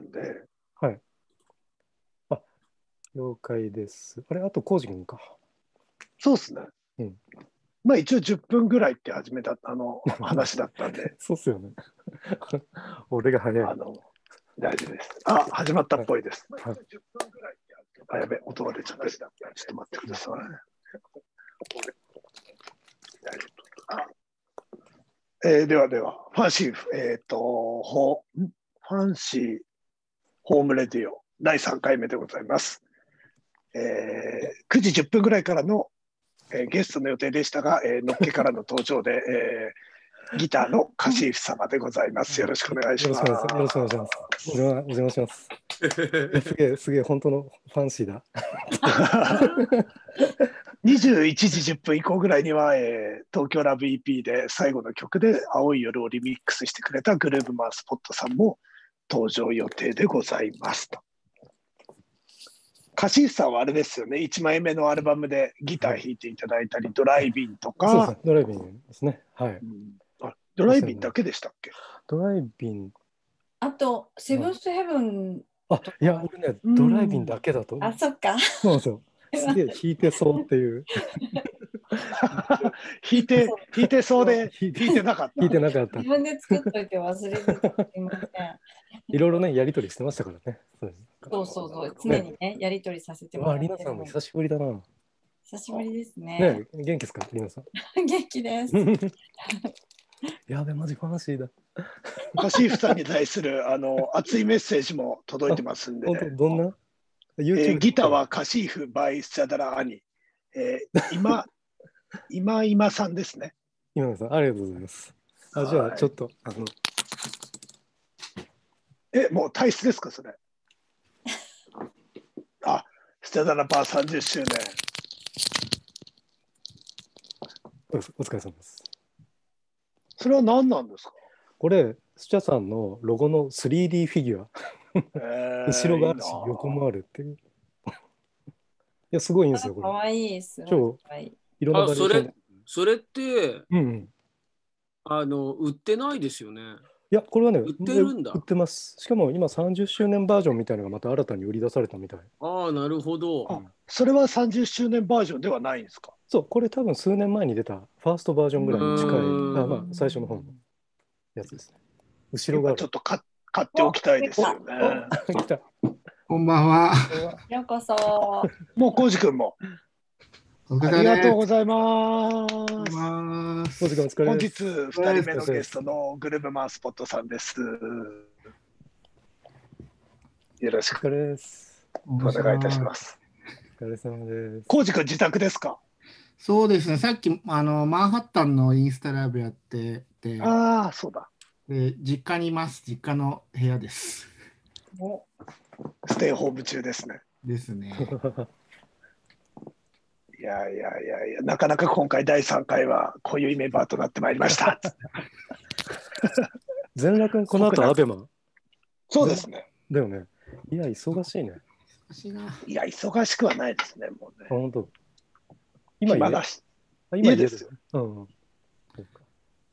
で、はい。あ、了解です。あれ、あと、コージ君か。そうですね。うんまあ一応10分ぐらいって始めたあ の話だったんで、そうっすよね。 俺が早い。あの大丈夫です。あ、始まったっぽいです。まあ一応10分ぐらいって始めたあ、やべ、音が出ちゃった。ちょっと待ってください。大丈夫あえーではでは、ファンシー、えっ、と、ホーんファンシーホームレディオ第3回目でございます。えー9時10分ぐらいからのえーゲストの予定でしたが、えーのっけからの登場で、えーギターのカシーフ様でございます。よろしくお願いしよろましす。くお願いします。よろしくお願いします。お邪魔お邪魔し ます。えすげえ、すげえ、本当のファンシーだ。 21時10分以降ぐらいには、えー東京ラブ EP で最後の曲で「青い夜」をリミックスしてくれたグルーブマンスポットさんも登場予定でございますと。カシーフさんはあれですよね1枚目のアルバムでギター弾いていただいたりドライビンとそうですか、ね。ドライビンですね。はい。うんあドライビンだけでしたっけドライビン。あと、セブンスヘブン、あ、いや、俺ね、うんドライビンだけだと。あ、そっか。そうなんですよ。すげえ、弾いてそうっていう。弾いて弾いてそう で弾いて弾いてなかっ弾いたてなかった自。分で作っといて忘れてた。すいません。いろいろね、やりとりしてましたからね。そうですそうそうそう。常にね、やりとりさせてもまらあ、っりてるなのさんも久しぶりだな。久しぶりですね。ねえ、元気ですか、りなさん。元気です。 やべ、マジファンシーだ。カシーフさんに対するあの熱いメッセージも届いてますんで、本当、どんなえ ?YouTube ーギターはカシーフ by スチャダラアニ。えー、今、 今今さんですね。今野さん、ありがとうございます。あじゃあ、ちょっと、あの、え、もう体質ですか、それ。 あ、スチャダラバー30周年。どうぞお疲れ様です。それは何なんですか、これ、スチャさんのロゴの 3D フィギュア、えー後ろがあるしいいな、横もあるっていう。いや、すごいいいんですよ、こ可れ。愛いす超ごい可愛い。いろんなバリエーショあン。それって、うんうん。あの、売ってないですよね。いや、これはね、売ってるんだ売ってます。しかも今30周年バージョンみたいなのがまた新たに売り出されたみたい。ああ、なるほど。それは30周年バージョンではないんですかそう、これ多分数年前に出たファーストバージョンぐらいに近い、うーんあまあ、最初の方のやつですね。後ろがあちょっる。と買買っておきたいですよね。 来た。こんばんは。ようこそ。もう、コウジ君も。おあ疲りれがとうご様でざいます。す。ますお時間お疲れ本様で日、す。 2人目のゲストのグルーブマンスポットさんです。よろしくお疲れです。おお願いいたします。お疲れ様です。コウジ君自宅ですか。す。そうですね。さっきあのマンハッタンのインスタライブやってて、ああ、そうだ。で実家にいます。実家の部屋です。ステイホーム中ですね。ですね。いやいやいやいや、なかなか今回第3回はこういうメンバーとなってまいりました。全楽園この後アベマ そうですね。だよね。いや、忙しいね。おかしいないや、忙しくはないですね、もうあね。本当。今暇家だし。あ今家ですようんうん。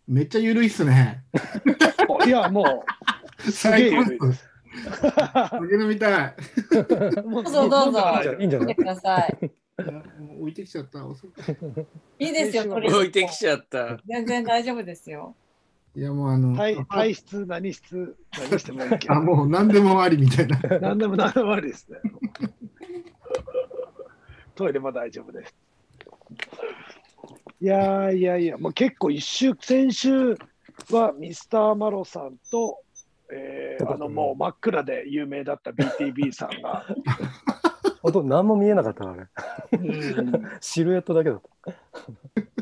めっちゃゆるいっすね。いや、 もう、すげえ最高緩いです。酒飲みたい。どううぞどうぞじゃあいいんじゃ来なていくだ さい。いやもう置いてきちゃった。遅いいいですよ、鳥置いてきちゃった。全然大丈夫ですよ。いやもうあの、体体質、何質、何してもいいけあど、もう何でもありみたいな。 何でも何でもありですね。 トイレも大丈夫です。いやいやいや、もう結構一週、先週はミスターマロさんと、えーあのもう真っ暗で有名だった BTB さんが、本当、何も見えなかったなあれ。シルエットだけだった。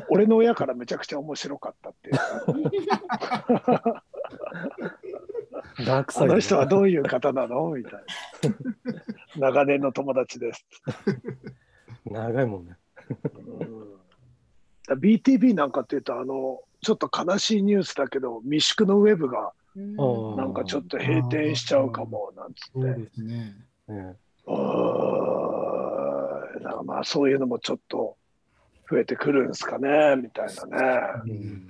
俺の親からめちゃくちゃ面白かったっていう、ダークサ そイド。の人はどういう方なのみたいな。長年の友達です。長いもんね。うん、BTB なんかっていうとあのちょっと悲しいニュースだけど未宿のウェブがうんあーなんかちょっと閉店しちゃうかもなんつそうってですね。ねうーんなんかまあそういうのもちょっと増えてくるんですかねみたいなねうん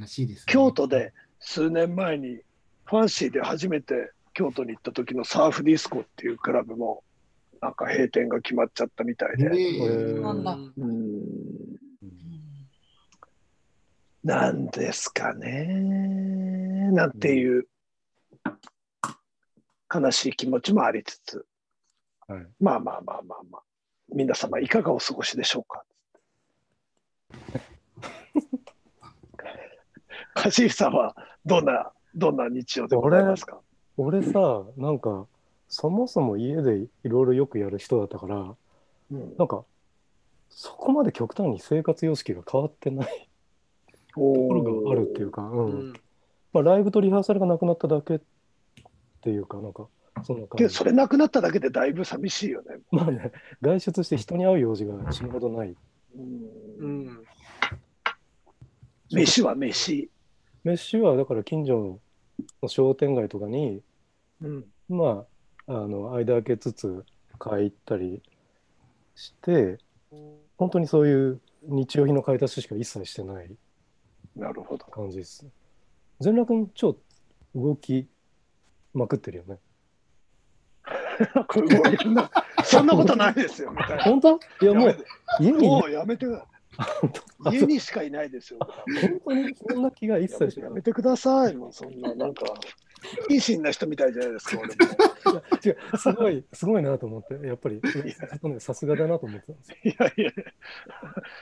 悲しいです、ね。京都で数年前にフファンシーで初めて京都に行った時のサーフディスコっていうクラブも、なんか閉店が決まっちゃったみたいで、えなうんだんうーん、なんですかね、なんていう悲しい気持ちもありつつ、はい。まあまあまあまあまあ、皆様いかがお過ごしでしょう か。カシーさんはどんな、どんな日曜でございますか俺さ、なんか、そもそも家でいろいろよくやる人だったから、うんなんか、そこまで極端に生活様式が変わってないところがあるっていうか、う。うんんまあ、ライブとリハーサルがなくなっただけっていうか、なんか、そんなけ感どじ。それなくなっただけでだいぶ寂しいよね。 まあね、外出して人に会う用事が死ぬほどない。う、うんん飯は飯。飯は、だから近所の商店街とかに、うん、まあ、あの、間開けつつ買い行ったりして、本当にそういう日用品の買い出ししか一切してないなるほど。感じです。全楽君、超動きまくってるよね。これもうみんなそんなことないですよ、みたいな。本当いや、もやう家めにていもなうやめてくだあ家にしかいないですよ。本当にそんな気が一や切めしてなやい。めてください、もうそんな、なんか、不謹慎な人みたいじゃないですか、俺 も。いや違うすごい、すごいなと思って、やっぱり、ねさすがだなと思ってたんですよ。いやいや、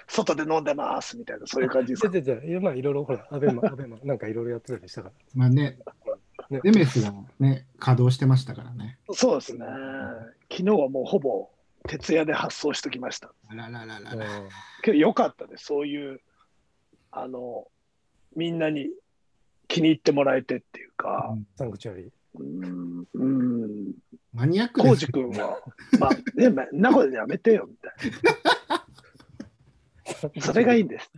外で飲んでますみたいな、そういう感じですか。で、じゃいやまあ、いろいろ、ほら、アベマ、アベマ、なんかいろいろやってたりしたから。まあねね、エメスがね、稼働してましたからね。 そうですね。昨日はもうほぼ徹夜で発送しときました。あららららら。うんけど良かったです、そういう、あの、みんなに気に入ってもらえてっていうか、サンクチュアリうん、うん、マニアックコでウすジ。君 は、まあ、ね、まあ名古屋でやめてよみたいー。な、それがいいんです。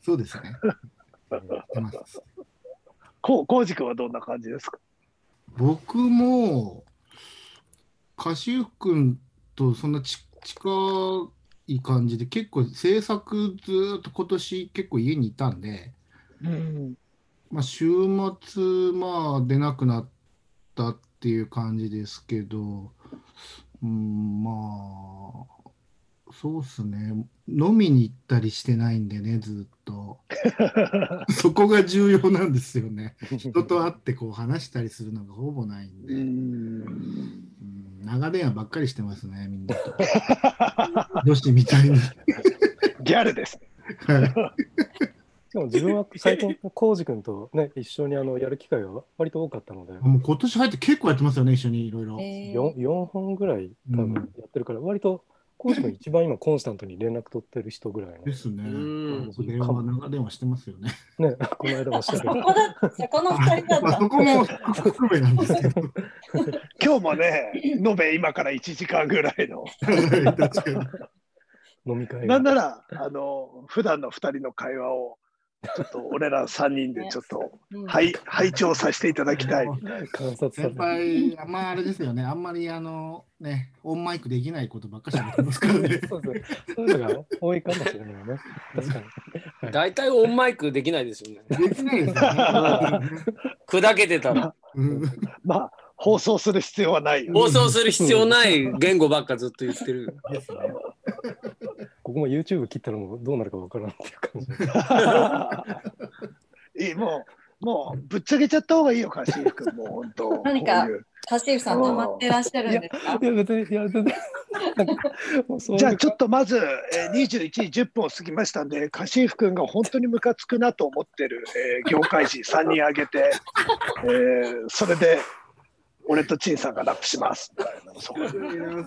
そうですね。出ますこうコウジ君はどんな感じですか僕も、カシウ君とそんなち近い感じで、結構制作ずーっと今年結構家にいたんで、うん、まあ、週末、まあ、出なくなったっていう感じですけど、うん、まあ、そうっすね。飲みに行ったりしてないんでね、ずっ と。そこが重要なんですよね。人と会ってこう話したりするのがほぼないんで、うん、うん長電話ばっかりしてますね、みんなと。 女子みたいに。ギャルです。はいしかも自分は最近、コウジ君とね、一緒にあのやる機会が割と多かったので、もう今年入って結構やってますよね、一緒にいろいろ。えー四四本ぐらい多分やってるから、割とコウジ君一番今コンスタントに連絡取ってる人ぐらいの。ですね。うん僕電話、長電話してますよね。ね、この間もしたそ けど。こだ、そこの二人だっまあ、 た。そこも含めなんですけど。今日もね、延べ今から1時間ぐらいの。確かに。飲み会ながんなら、あの、普段の2人の会話を、ちょっと俺ら3人でちょっと、うんはい、拝聴させていただきたい。観察され先て輩、あんまあれですよね。あんまりあの、ね、オンマイクできないことばっかりゃってますからね。そうですね。そういうのが多いかもしれないね。確かに。大体オンマイクできないですよね。できないですよね。砕けてた らうんまあ、放送する必要はないよね。放送する必要ない言語ばっかずっと言ってる。ですねここも YouTube 切ったらもうどうなるかわからんっていう感じ。 いいもう、もう、ぶっちゃけちゃった方がいいよ、カシーフ君。もう本当。何かこういうカシーフさん、溜まってらっしゃるんですいかや別に、いや別に。なんかもうそういうじゃあちょっとまず、えー、21時10分を過ぎましたんで、カシーフ君が本当にムカつくなと思ってる、えー業界 人3人挙げて、えーそれで俺と陳さんがラップしますみたいなそういう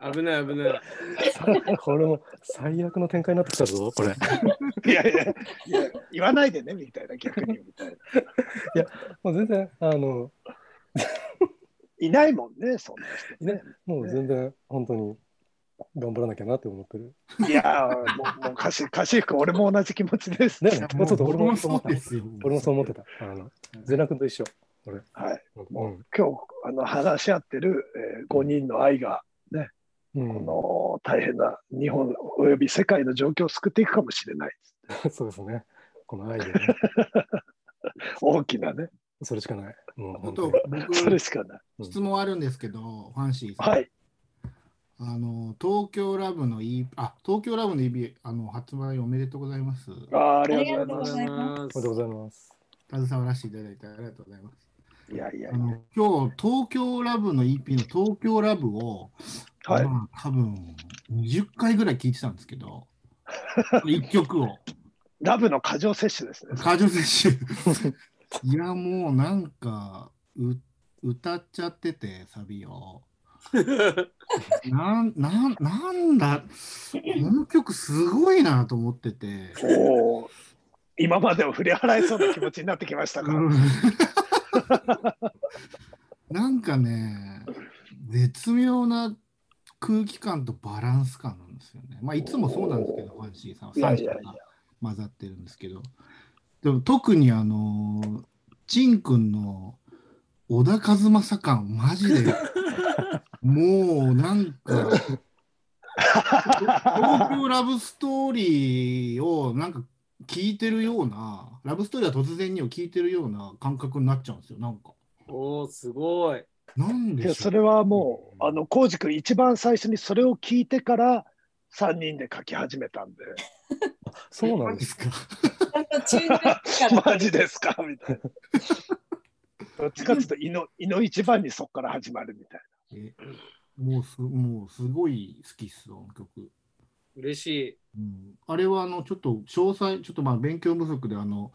危ない危ない。 これも最悪の展開になってきたぞ、これ。いやいやいや、言わないでねみたいな、逆にみたいな。もう全然、あの、いないもんね、そんな人ね。もう全然、本当に頑張らなきゃなって思ってる。いやー、もうもうカシカシーフ君、俺も同じ気持ちですだね。よね。ももううちょっと俺僕ももそうそ思っうたで。すよ。俺もそう思ってた。あの、ゼナ君と一緒。はい、うん。今日あの話し合ってる、え5人の愛が、うこん、 の大変な日本および世界の状況を救っていくかもしれない。そうですね。このアイデアね。大きなね。 それしかない。うん、ちょっ本当とにそれ僕、しかない。質問あるんですけど、ファンシーさん。はい。あの、東京ラブの E、あ、東京ラブの EP、あの、発売おめでとうございます。あーありがとうございまありおめでがとうごまとうございます。携わらせていただいてありがとうございます。す。いやいやあ。の、今日、東京ラブの EP の東京ラブを、はい。まあ、多分、20回ぐらい聞いてたんですけど、1曲 を。ラブの過剰摂取ですね。カジョ選 手。いや、もうなんか、う歌っちゃってて、サ ビを。なん、なん、なんだ、この曲すごいなと思ってて。おお。今までを振り払いそうな気持ちになってきましたから。うんなん かね、絶妙な空気感とバランス感なんですよね。まあ、いつもそうなんですけど、ファンシーさんは。いやいやいや三者が混ざってるんですけど。でも特にあのー、チンくんの小田和正感、マジ で、もうなんか、東京ラブストーリーをなんか聞いてるような、ラブストーリーは突然にを聞いてるような感覚になっちゃうんですよ、なんか。おお、すごい。な んいでしょやう。それはもう、あの、浩二君、一番最初にそれを聞いてから、3人で書き始め たんで、そうなんマジで。ですすか。ちゃんと中学からマジですかみたい な。どっちかっていうと、胃の胃の一番にそこから始まるみたいえもうす、もうすごい好きっす、あの曲。嬉しい。うん、あれはあのちょっと詳細、ちょっとまあ勉強不足で、あの、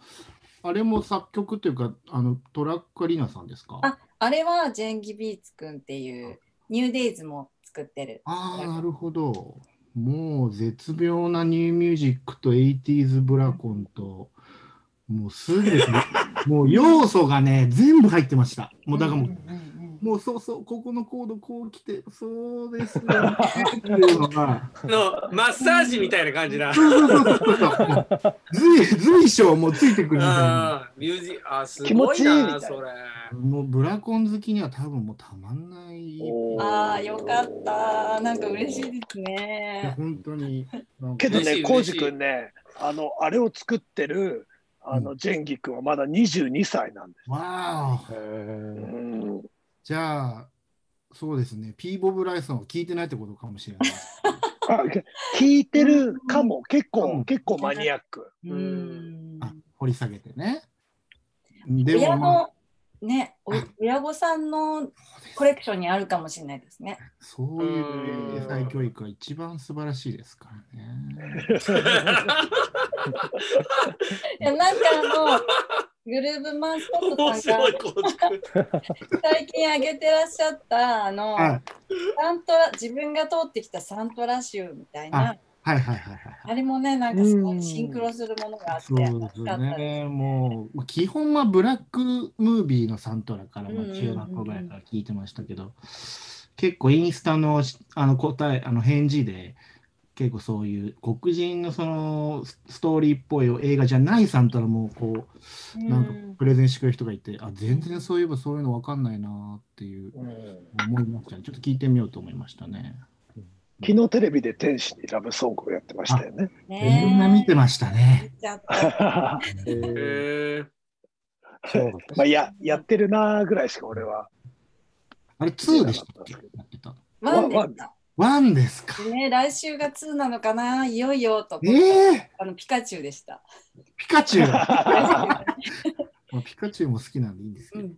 あれも作曲というか、あのトラックアリーナさんですかああれはジェンギビーツくんっていうニューデイズも作ってる。ああ、なるほど。もう絶妙なニューミュージックと 80s ブラコンと、もうすぐですね。もう要素がね、全部入ってました。もうだからもう、もうそうそう、ここのコードこう来て、そうですよねっていうのが、 のマッサージみたいな感じだ。そうそうそうそうそうもう随、随所もうついてくるみたいな。あーミュージあす気持ごいちいいみたいななそれ。 もうブラコン好きには多分もうたまんない。な。いああ、よかった。なんか嬉しいですや、ね。本当に。なんかけど嬉しね、い浩嬉し二い君ね、あの、あれを作ってる、あうの、ジェンギ君はまだ22歳なんです。わーおへーうんじゃあ、そうですね、ピーボブ・ライソンは聞いてないってことかもしれ ない。あけ聞いてるかも、結うん構、結構マニアック。うんあ掘り下げてね。で親も、まあ、の、ね、お親御さんのコレクションにあるかもしれないですね。そういう英才教育が一番素晴らしいですからね。いやなんか あの、グルーブマンストッ面プさん白いがこの作り最近上げてらっしゃった、あの、はいサントラ自分が通ってきたサントラ州みたいな、あはいはいはいはい。あれもね、なんかすごいシンクロするものがあって、そうです楽しかったでね、もう基本はブラックムービーのサントラから、まあうんうんうんうん中学校ぐらいから聞いてましたけど、結構インスタのしあの答え、あの返事で、結構そういう黒人のそのスストーリーっぽい映画じゃないサントラもこす。う、うなんかんプレゼンしてくれる人がいて、あ、全然そういえばそういうの分かんないなっていう思いましたね。ちょっと聞いてみようと思いましたね。昨日テレビで天使にラブソングをやってましたよね。みんな見てましたね。ち ゃった。えーへー知らなかった まあ、や、やってるなーぐらいしか俺は。あれ2でしたっけやってたのワンでワンした。 1ですか。ね、来週が2なのかな、いよいよと。ええあのピカチュウでした。ピ カチュウまあピカチュウも好きなんでいいんですけうど、ん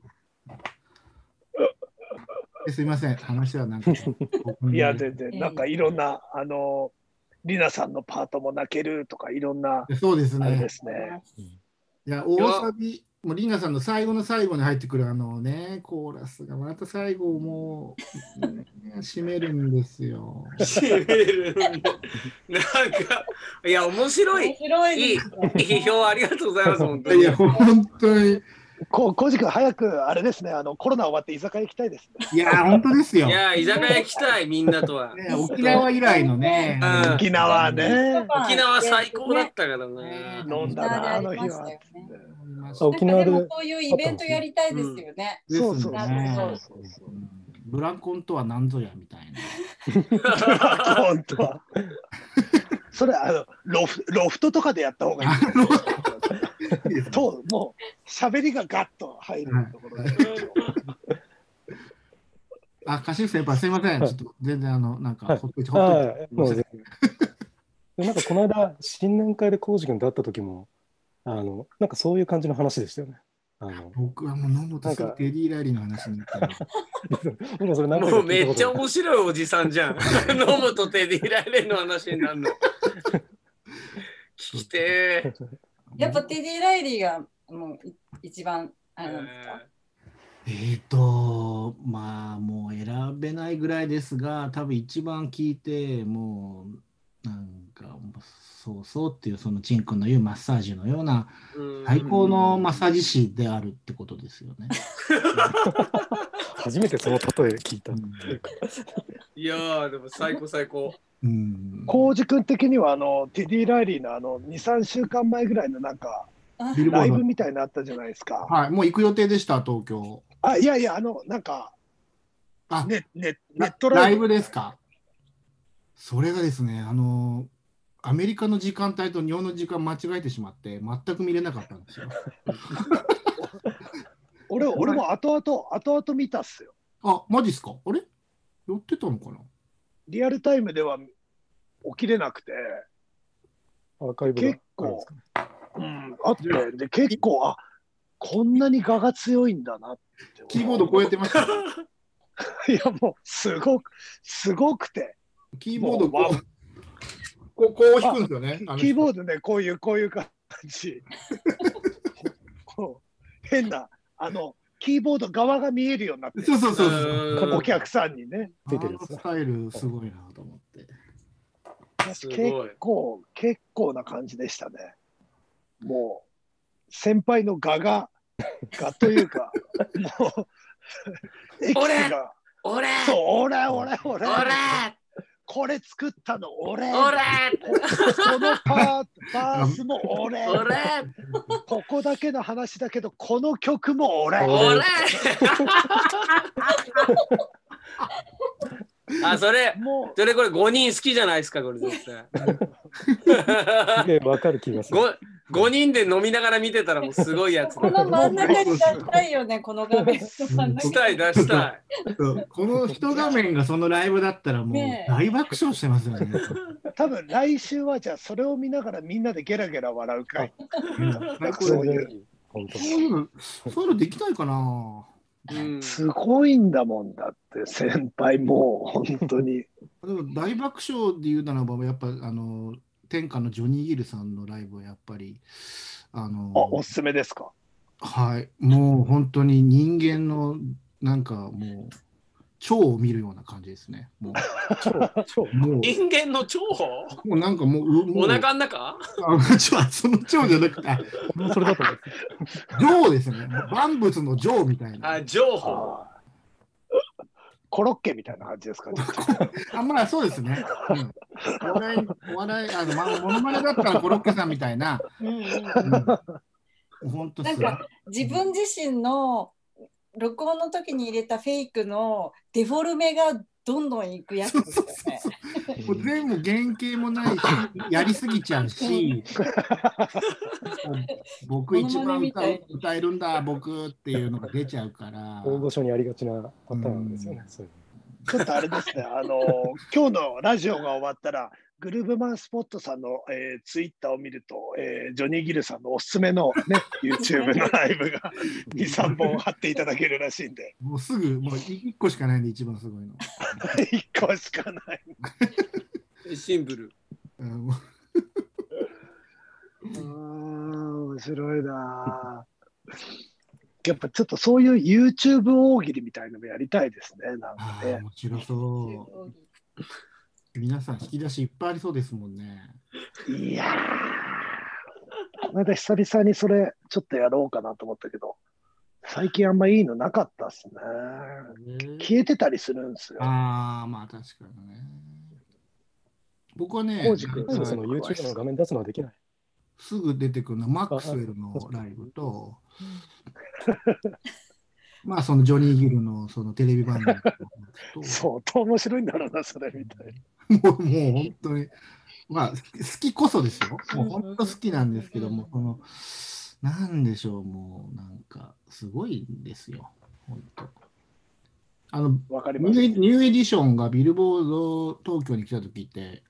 すいません、話はなん か。いや、全然、なんかいろんな、あの、リナさんのパートも泣けるとか、いろんな、そうですあれでね。すね。いや、大サビ、もうリンナさんの最後の最後に入ってくるあのね、コーラスがまた最後をもう、ね締めるんですよ。締めるんだ なんかいや面白面い白いいいですね。いい評ありがとうございます本い当やにいや、本当に。こう、浩二君、早く、あれですね、あの、コロナ終わって居酒屋行きたいですね。いや、本当ですよ。いね、や居酒屋行きたいみんなと は沖縄以来のね。うん沖縄。ね。沖縄最高だったからね飲ん沖だ縄でな、あありのま日したよはね。。あ沖縄でなんかでもそういうイベントやりたいですよね。ですそうそうそうねそうそうそうう。んブ ランコンとは何ぞやみたいな。本当は。それあのロフロフトとかでやった方がいい あロフいいですねともう喋りがガッと入るところで、あ、カシフ先輩、すいません。ちはょいっと全然、あの、なんはか、いほっといて、ほっといはてい、。もう全然。でなんかこの間、新年会で浩司君と会った時も、あの、なんかそういう感じの話でしたよね。あの、僕はもう、飲むとすぐテディ・ライリーの話になったら僕もそれ何回かも聞ういめたっこちゃとが面白いおじさんじゃん。飲むとテディライレンの話になるの。聞きてー やっぱテディ・ライリーがもうい一番あれなんですか、ええーと、まあ、もう選べないぐらいですが、多分一番聞いて、もう、なんか、もうそうそうっていう、その、チン君の言うマッサージのような、ーうん最高のマッサージ師であるってことですよね。初めてその例え聞いた。いやー、でも最高最高。うん。浩二君的にはあのテディ・ライリーのあの23週間前ぐらいのなんかあビルボライーブド。みたいなのあったじゃないですか。はい、もう行く予定でした、東京。あいやいやあのなんかあねねネラットラライイブブですかそれがですね、あの、アメリカの時間帯と日本の時間間違えてしまって、全く見れなかったんですよ。俺俺も後々後々見たっすよ。あ、マジっすかあれやってたのかなリアルタイムでは起きれなくて、アーカイブが結構あるんですかうん、あってで結構あこんなに我が強いんだなって思う。キーボードこうやってました。いやもうすごくすごくてキーボーもドうこわう、こうこう弾くんですよね。あの人キーボードねこういうこういう感 じこう変なあのキーボード側が見えるようになってそうそうそうそう。うんお客さんにねあついてるやのつねスタイルすごいなと思って。結すごい構結構な感じでしたねもう先輩の画が画というか もうエキスが 俺そう俺俺俺俺これ作ったの俺俺そのパーパースも俺 俺ここだけの話だけどこの曲も俺俺あ、それ、もそれこれ5人好きじゃないですか、これ絶対。すげえわかる気がする。 5, 人で飲みながら見てたらもうすごいやつこだ。の真ん中に出したいよね、この画面の真んし中たい出したい。この一画面がそのライブだったらもうねえ大爆笑してますよね。 う多分来週はじゃあそれを見ながらみんなでゲラゲラ笑う会最高そでういう本当すそういうの、そういうのできないかな。うんすごいんだもんだって先輩もう本当にでも大爆笑で言うならば、やっぱあの天下のジョニー・ギルさんのライブはやっぱり、あのあおすすめですかはい、もう本当に人間のなんかもう、蝶を見るような感じですね。も超う、もう人間の腸もうなんかもう、うもうお腹の中あのちょその蝶じゃなくて、あ俺もそれだと思って蝶ですね。万物の蝶みたいな。あ、情報。あーコロッケみたいな感じです か、ね、あまあそうですね。うんお笑い、お笑い、あの、まあ、モノマネだったらコロッケさんみたいな。うんうんうん、本当なんすごいか自分自身の録音の時に入れたフェイクのデフォルメがどんどんいくやつですよね。もう全部原型もないし、やりすぎちゃうし、僕一番歌う歌えるんだ、僕っていうのが出ちゃうから、大御所にありがちなパターンですよね。そういうちょっとあれですねあの 今日のラジオが終わったらグルーヴマンスポットさんの、えー、ツイッターを見ると、えージョニー・ギルさんのおすすめの、ね、YouTube のライブが2、3本貼っていただけるらしいんで、もうすぐ、もう一個しかないんで、一番すごいの。 1個しかない。シンプル。うんもう面白いなやっぱちょっとそういう YouTube 大喜利みたいのもやりたいですね、なんあかあ、ね。面白そう。皆さん、引き出しいっぱいありそうですもんね。いやー、まだ久々にそれちょっとやろうかなと思ったけど、最近あんまいいのなかったっすね。消えてたりするんですよ。ああ、まあ確かにね。僕はね、浩二君のそもそもはい YouTube の画面出すのはできない。すぐ出てくるのはマックスウェルのライブと、まあそのジョニー・ギルのそのテレビ番組のやつ 相と、当面白いんだろうな、それみたいな。もうもう本当にまあ、好きこそですよ。もううん本当好きなんですけども、うこの、なんでしょう、もうなんか、すごいんですよ。本当。あの、わかりまニュす。ーエいニューエディションがビルボード東京に来た時って、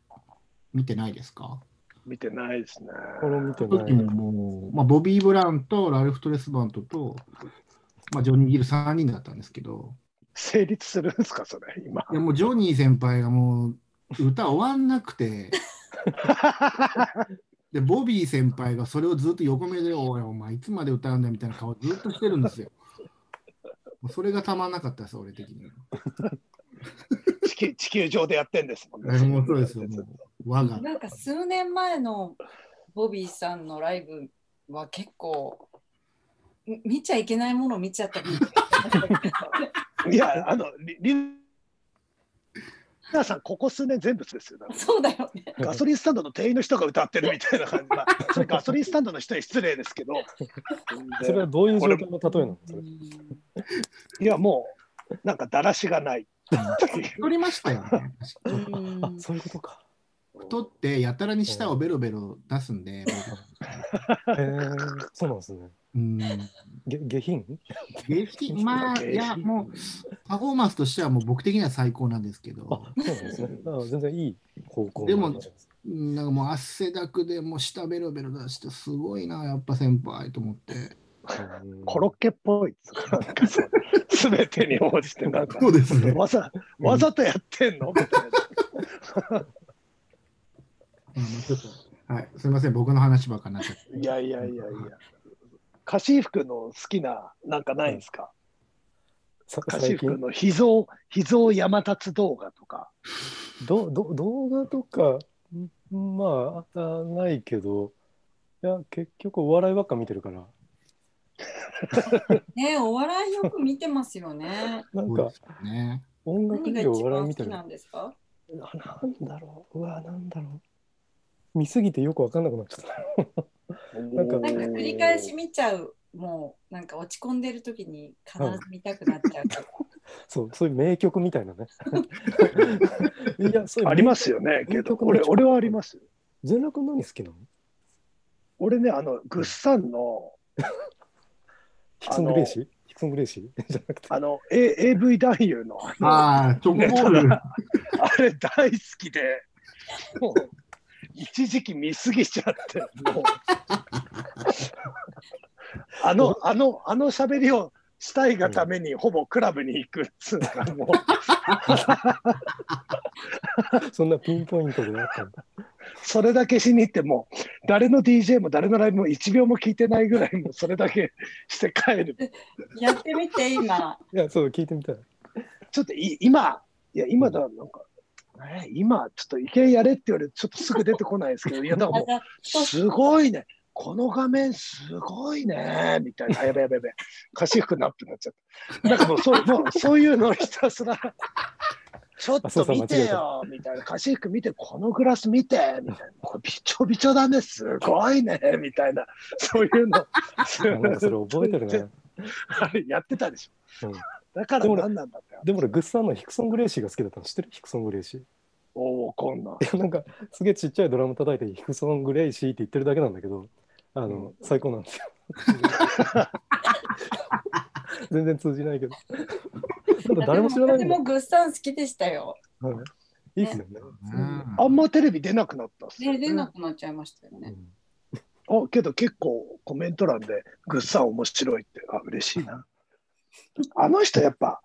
見てないですか見てないですね。これ見てそのな時い。ももう、まあ、ボビー・ブラウンとラルフ・トレスバントと、まあ、ジョニー・ギル3人だったんですけど、成立するんですか、それ、今。いやもうジョニー先輩がもう歌終わんなくて、で、ボビー先輩がそれをずっと横目で、おい、お前、いつまで歌うんだみたいな顔ずっとしてるんですよ。もうそれがたまんなかったです、俺的には。地球地球上でやってんですもんね。え もうそうですよ、もう。我が。なんか数年前のボビーさんのライブは結構み見ちゃいけないものを見ちゃった 感じがしましたいや、あの、リリ皆さん、ここ数年全部そうですよ。だかそうだよね。らガソリンスタンドの店員の人が歌ってるみたいな感じ。まあ、それガソリンスタンドの人に失礼ですけど。それはどういう状況の例えなのそれいや、もう、なんかだらしがない。太りましたよね。うんあ、そういうことか。太って、やたらに舌をベロベロ出すんで、へえそうなんですね。うん。げ下品下品まあ、いや、もう、パフォーマンスとしてはもう僕的には最高なんですけどあ、、そうなんですね。あ全然いい方向でのも話ですうんなんかもう汗だくでもう舌ベロベロ出して、すごいな、やっぱ先輩と思って。うんコロッケっぽいっつうか。なんかそうすべてに応じて、なんか。ですわざわざとやってんのみたいなうんちょっとはい、すみません、僕の話ばっかになっちゃって。いやいやいやいや。カシーフ君の好きな、なんかないんですか、さカシー最フ君近の秘蔵、秘蔵山立つ動画とか。どど動画とかんまああないけどいや結局お笑いばっか見てるからねお笑いよく見てますよね。なんそうかですね。音楽何がよりお一笑い番見好てきるなあんですかなんだろううわなんだろう見すぎてよくわかんなくなっちゃったなんかなんか繰り返し見ちゃう、もうなんか落ち込んでる時に必ず見たくなっちゃう。 そうそういう名曲みたいなねいやそういうありますよね、けど、俺俺はありますよ。全楽何好きなの俺ね、あの、グッサンの、ヒクソン・グレイシーヒクソン・グレイシーじゃなくてあの、A、AV 男優 の、あのあああ、チョコボール。れ大好きで、もう、一時期見すぎちゃって、 もう。あの、あの、あの喋りをしたいがために、ほぼクラブに行くっつうか、もう。そんなピンポイントであったんだそれだけしに行ってもう誰の DJ も誰のライブも1秒も聞いてないぐらいもうそれだけして帰るやってみて今。いやそう聞いてみたいちょっとい今いや今だなんか、えー今ちょっといきなりやれって言われてちょっとすぐ出てこないですけどいやだからあもじゃあうすごいねこの画面すごいねみたいなあやべやべやべ歌詞服なってなっちゃったなんかもう そうもうそういうのをひたすらちょっと見てよみたいな歌詞服見てこのグラス見てみたいなこれびちょびちょだねすごいねみたいなそういう のあなんかそれ覚えてるずっねとあれやってたでしょ、うんだから何なんだってでも俺グッサンのヒクソン・グレイシーが好きだったの知ってるヒクソン・グレイシーおおこんないやなんかすげえちっちゃいドラム叩いてヒクソン・グレイシーって言ってるだけなんだけどあの、最高なんですよ 全然通じないけどなんか誰も知らないでんもだ私もグッサン好きでしたよ。はいいいっすよね、うんあんまテレビ出なくなったっすよね、ね出なくなっちゃいましたようね。んあけど結構コメント欄でグッサン面白いってあ嬉しいなあの人やっぱ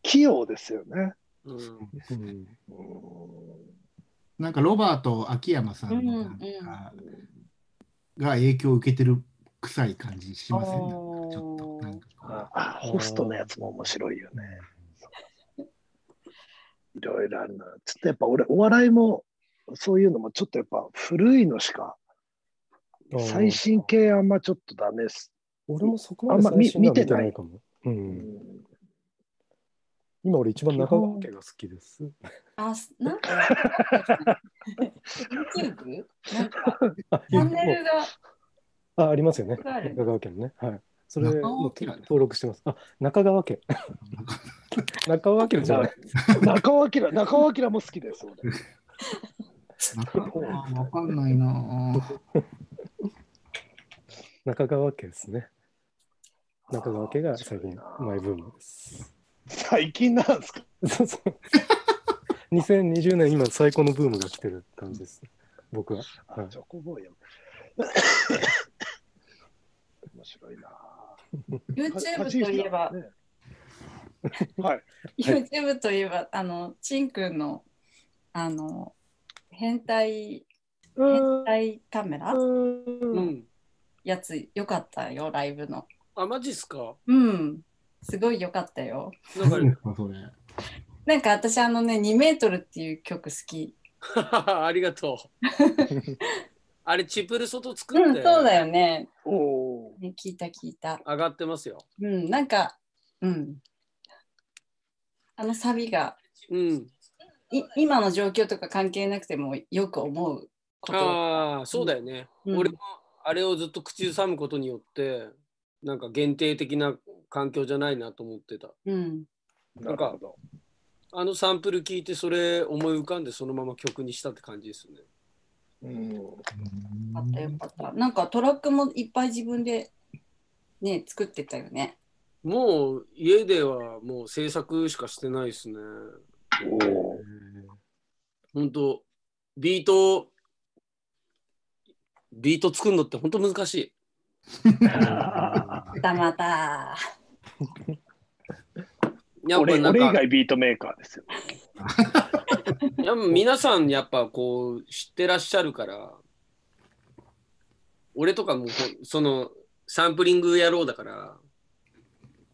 器用ですよねうんうんうん なんかロバート秋山さんのなんかが影響を受けてる臭い感じしませんなんかちょっとなんかこうああホストのやつも面白いよねいろいろあるなちょっとやっぱ俺お笑いもそういうのもちょっとやっぱ古いのしかあー最新系あんまちょっとダメっす、俺もそこまであんま見最新のは見見ててないないかも、う、うんん今俺一番中川家が好きですあ、すなんか。YouTube? なんかあチャンネルがあありますよねある中川家のねはいそれ中川もう家なんだ登録してますあ中川家 中川家じゃない中尾明中尾明も好きです俺ち中川わかんないなぁ。中川家ですね。中川家が最近マイブームです。 最近なんですかそうそう。2020年今最高のブームが来てる感じです。僕は。はいチョコボーイや。 面白いな。 YouTube といえば、 はい。 YouTube といえば、あの、ちんくんの、あの、変態、変態カメラううんん。やつ、よかったよ、ライブの。あ、マジっすかうん、すごいよかったよ。なんか何ですか、それ。なんか私、あのね、2メートルっていう曲好き。 ありがとう。あれ、チプル外作うっん、て、そうだよね。おお。ね聞いた聞いた。上がってますよ。うん、なんか、うん。あのサビが、うん。い今の状況とか関係なくてもよく思うこと。ああ、そうだよね。うん俺もあれをずっと口ずさむことによって、なんか限定的な環境じゃないなと思ってた。うん。なるほど。あのサンプル聞いて、それ思い浮かんで、そのまま曲にしたって感じですね。うん。あったよかった。なんかトラックもいっぱい自分でね、作ってたよね。もう家ではもう制作しかしてないですね。お お。本当ビート、ビート作るのって本当難しい。またまた。やっぱ俺なん俺以か、外ビートメーカーですよ。やっぱ皆さんやっぱこう知ってらっしゃるから、俺とかもこうそのサンプリング野郎だから、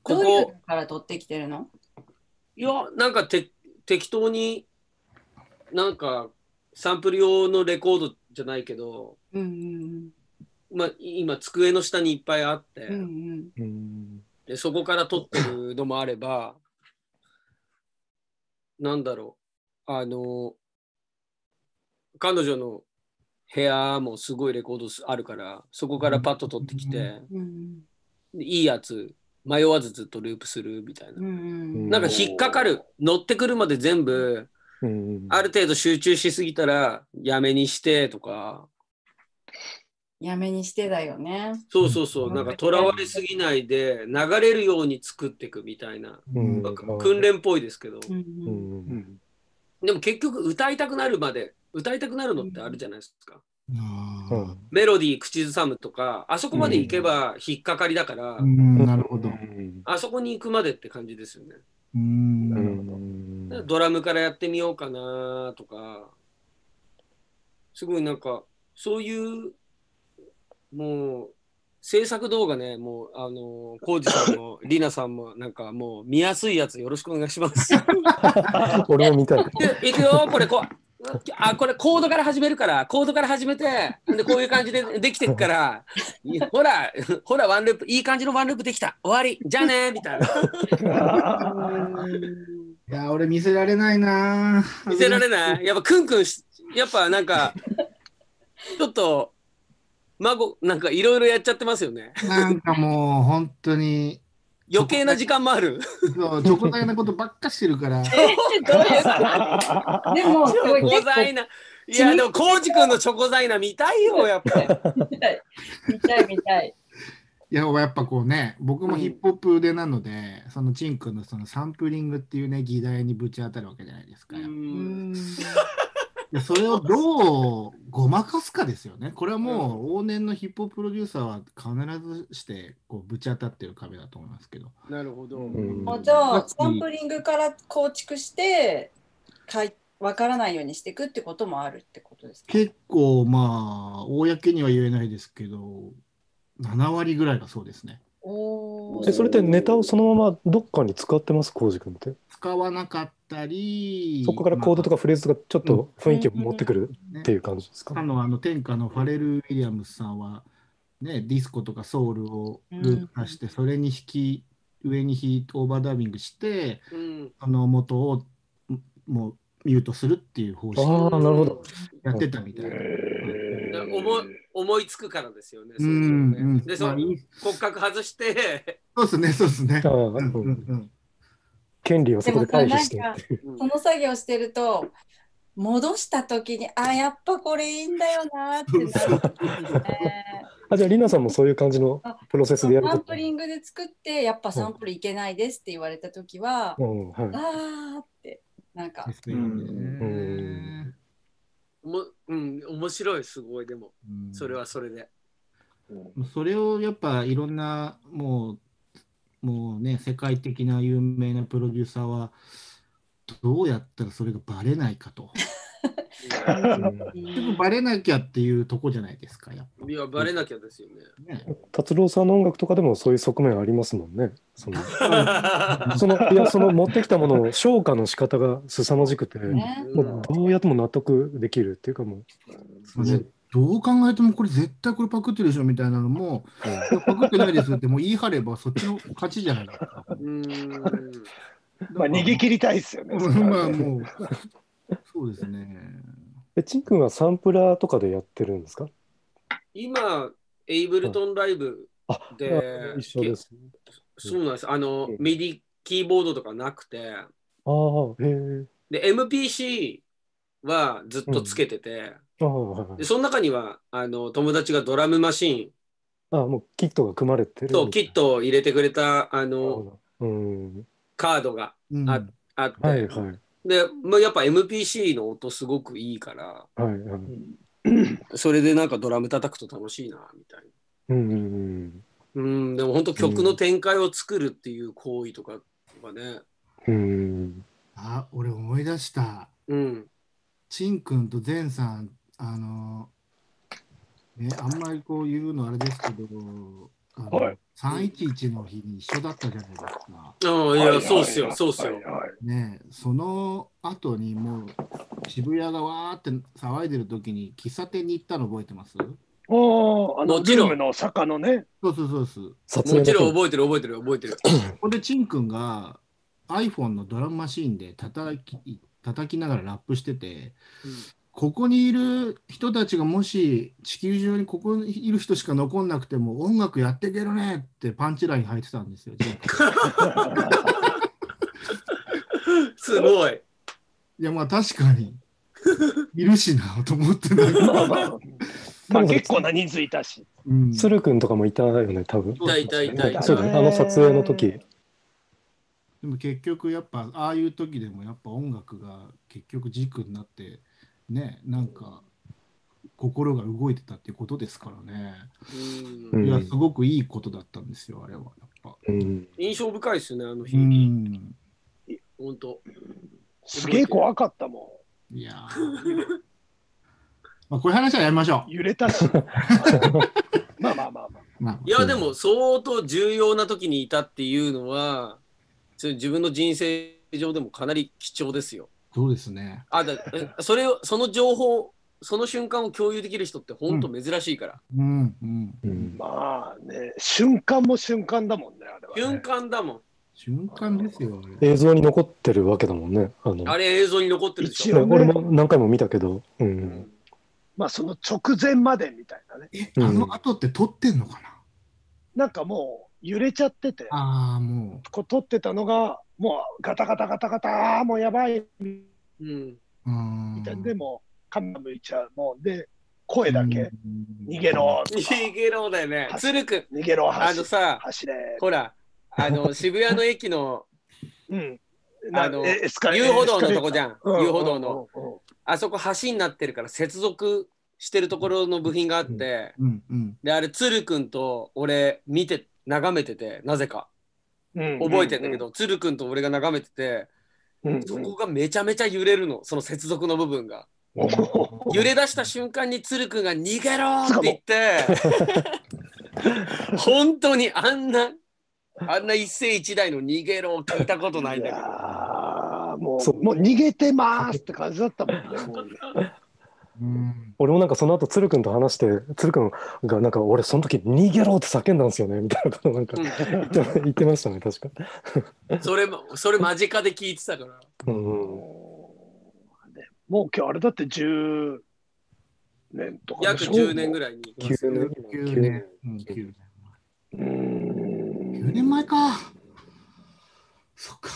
こどういうこの、から取ってきてるのいや、なんかて適当に、なんかサンプル用のレコードじゃないけど、うんうんまあ、今机の下にいっぱいあって、うん。うんうん。うんでそこから撮ってるのもあればなんだろうあの彼女の部屋もすごいレコードすあるからそこからパッと撮ってきて、うんでいいやつ迷わずずっとループするみたいなう。んなんか引っかかる乗ってくるまで全部うんある程度集中しすぎたらやめにしてとかやめにしてだよね。そうそうそうなんかとらわれすぎないで流れるように作っていくみたいなうんなんか訓練っぽいですけど、うんうう んんでも結局歌いたくなるまで歌いたくなるのってあるじゃないですか。あうーんメロディー口ずさむとかあそこまで行けば引っかかりだから、うん、なるほうど。んあそこに行くまでって感じですよね。うん、うんだからドラムからやってみようかなとかすごいなんかそういうもう制作動画ねもうあの浩二さんもリナさんもなんかもう見やすいやつよろしくお願いします。俺も見たい。でいくよ、これこう。あこれコードから始めるからコードから始めてでこういう感じでできてくからいやほらほらワンループいい感じのワンループできた終わりじゃあねみたいなうんいや、俺見せられないなぁ見せられないやっぱクンクンしやっぱなんかちょっと孫なんかいろいろやっちゃってますよねなんかもう、本当に、余計な時間もあるそう、ちょこたいなことばっかしてるから。でも、すごいチョ コ結ザイナいやでもコウジ君のチョコザイナ見たいよやっぱ構見たい。見たい、見たい。いや、やっぱこうね、僕もヒップホップでなので、そのチン君のそのサンプリングっていうね、議題にぶち当たるわけじゃないですか。うんでそれをどうごまかすかですよね。これはもう、往年のヒップホッププロデューサーは必ずして、こう、ぶち当たってる壁だと思いますけど。なるほどうんもうじゃあ、サンプリングから構築して、かいわからないようにしていくってこともあるってことですか。結構、まあ、公には言えないですけど、7割ぐらいがそうですね。おえーそれってネタをそのままどっかに使ってます、コウジ君って。使わなかったり、そこからコードとか、かフレーズとかちょっと雰囲気を持ってくるっていう感じですかか。のあの天下のファレル・ウィリアムスさんは、ね、ディスコとかソウルをループ化して、それに引き上に引いてオーバーダビングしてうんその元をんもうミュートするっていう方ああ式ー、なるほど。やってたみたいな。思い思いつくからですよね。うそうですよんねうんで、そまあいのい骨格外して、そうですねそうですねあ。あうんううんんうん権利をそこで回避してっていう。その作業してると、戻した時にあやっぱこれいいんだよなってなるんですね。 あ、じゃあ、リナさんもそういう感じのプロセスでやるサこンとプ。リングで作ってやっぱサンプルいけないですって言われた時は、うん、はい。あーってなんかですよね。おもうん、面白い、すごい、でも、うんそれはそれで。それをやっぱいろんなもうもうね世界的な有名なプロデューサーはどうやったらそれがバレないかと。うんでもバレなきゃっていうとこじゃないですかやっいや、バレなきゃですよね。ぱね。達郎さんの音楽とかでもそういう側面ありますもんね。その、 うその、いや、その持ってきたものを消化の仕方が凄まじくて、もね、うどうやっても納得できるっていうかもう、そうねどう考えてもこれ絶対これパクってるでしょみたいなのもいやパクってないですってもう言い張ればそっちの勝ちじゃないですか。ーん。まあ、逃げ切りたいですよね。それまはあねもうそうですね。え、ちんくんはサンプラーとかでやってるんですか今、エイブルトンライブあ、であ一緒です。そうなんです。あのうん、ミディキーボードとかなくて、ああ、へえ。で、MPC はずっとつけてて、ああ、はいはいでその中にはあの友達がドラムマシあもうキットが組まれてンる。とキットを入れてくれたあなるのほど。うん。カードがうんああって、はいはい。でまあやっぱ MPC の音すごくいいからはいはい。それでなんかドラム叩くと楽しいなみたいな。うんうんうん。うん、でも本当曲の展開を作るっていう行為とかがね、うんあ俺思い出した。うん、ちんくんとゼンさん、あの、ね、あんまりこう言うのあれですけど、あのはい311の日に一緒だったじゃないですか。ああいはいはやいそうっすよはいそうっすよ、はいはいね、その後にもう渋谷がわーって騒いでる時に喫茶店に行ったの覚えてますおーあのもちろんルームの坂の ね、そうそうそうそう。撮影もちろんの覚えてる覚えてる覚えてるここでちんくんが iPhone のドラムマシーンで叩き叩きながらラップしてて、うんここにいる人たちがもし地球上にここにいる人しか残んなくても音楽やっていけるねってパンチライン入ってたんですよ。ちんくんすごいいやまあ確かにいるしなと思ってなんまあかまあ、まあ結構な人数いたし、うん鶴くんとかもいたよね、多分。そう痛い痛い痛いねそうだね、あの撮影の時。でも結局やっぱああいう時でもやっぱ音楽が結局軸になってねなんか心が動いてたっていうことですからね。うんうんいや、すごくいいことだったんですよ、あれは。やっぱ。うん。印象深いですねあの日、うん。本当すげえ怖かったもいやー。 まあ、こういう話はやめましん。ょ揺れた し。まあまあまあまあ。う。まあいやでも、相当重要な時にいたっていうのはそれ自分の人生上でもかなり貴重ですよそうですね。あだえそれをその情報その瞬間を共有できる人って本当珍しいから、うん、うん。うんまあね、瞬間も瞬間だもんね、あれはね、瞬間だもん瞬間ですよ、あれ。映像に残ってるわけだもんね。あのあれ映像に残ってるでし一ょ応ね俺も何回も見たけど。う。うんんまあその直前までみたいなね。え、うんあの後って撮ってんのかななんかもう揺れちゃってて、ああ、もこう撮ってたのが、もうガタガタガタガタ、ああ、もうやばいみうんう。うん。たいな。でも、カメラ向いちゃうもんで、声だけ、うん逃げ。ろ、逃げろだよね鶴くん逃げろ、あ走のれ、さ走れ。ほら あの渋谷の駅のうん。あのえエスカレ遊歩道のとこじゃん。ゃんうん遊歩道の。うんうんうんあそこ橋になってるから接続してるところの部品があって、うん、うん。であれ鶴くんと俺見て眺めててなぜかうん覚えてんだけど、、鶴くんと俺が眺めてて、うんうんそこがめちゃめちゃ揺れるのその接続の部分がおお揺れ出した瞬間に鶴くんが「逃げろ!」って言 って本当にあんなあんな一世一代の「逃げろ」を聞いたことないんいだやけど。ーもそううもう逃げてますって感じだったもんね。もうねうん。俺もなんかその後、鶴くんと話して、鶴くんがなんか俺その時逃げろって叫んだんですよね、みたいなことなんかうん言って言ってましたね、確か。それもそれ間近で聞いてたからうん。もう今日あれだって10年とか約10年ぐらいに急に9年。うん、9年。い。うーん9年前か。そっか。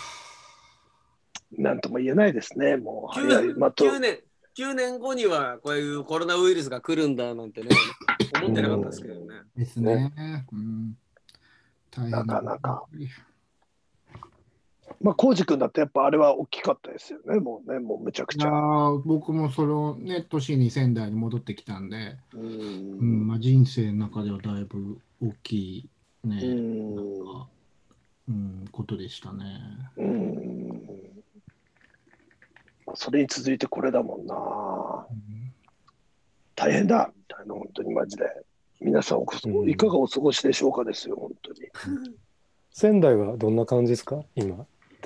なんとも言えないですね、もう。 9まあと年9年後にはこういうコロナウイルスが来るんだなんてね、思ってなかったですけどね。ですね。うん、大変だなかなか。まあ、浩司君だってやっぱあれは大きかったですよね、もうね、もうめちゃくいちやゃ。ー僕もそのね年に仙台に戻ってきたんで、ううんんまあ、人生の中ではだいぶ大きいね、うんなんかうん、ことでしたね。うんそれに続いてこれだもんな。うん大変だみたいな、本当にマジで。皆さんおこ、うんいかがお過ごしでしょうかですよ、本当に。仙台はどんな感じですか今。い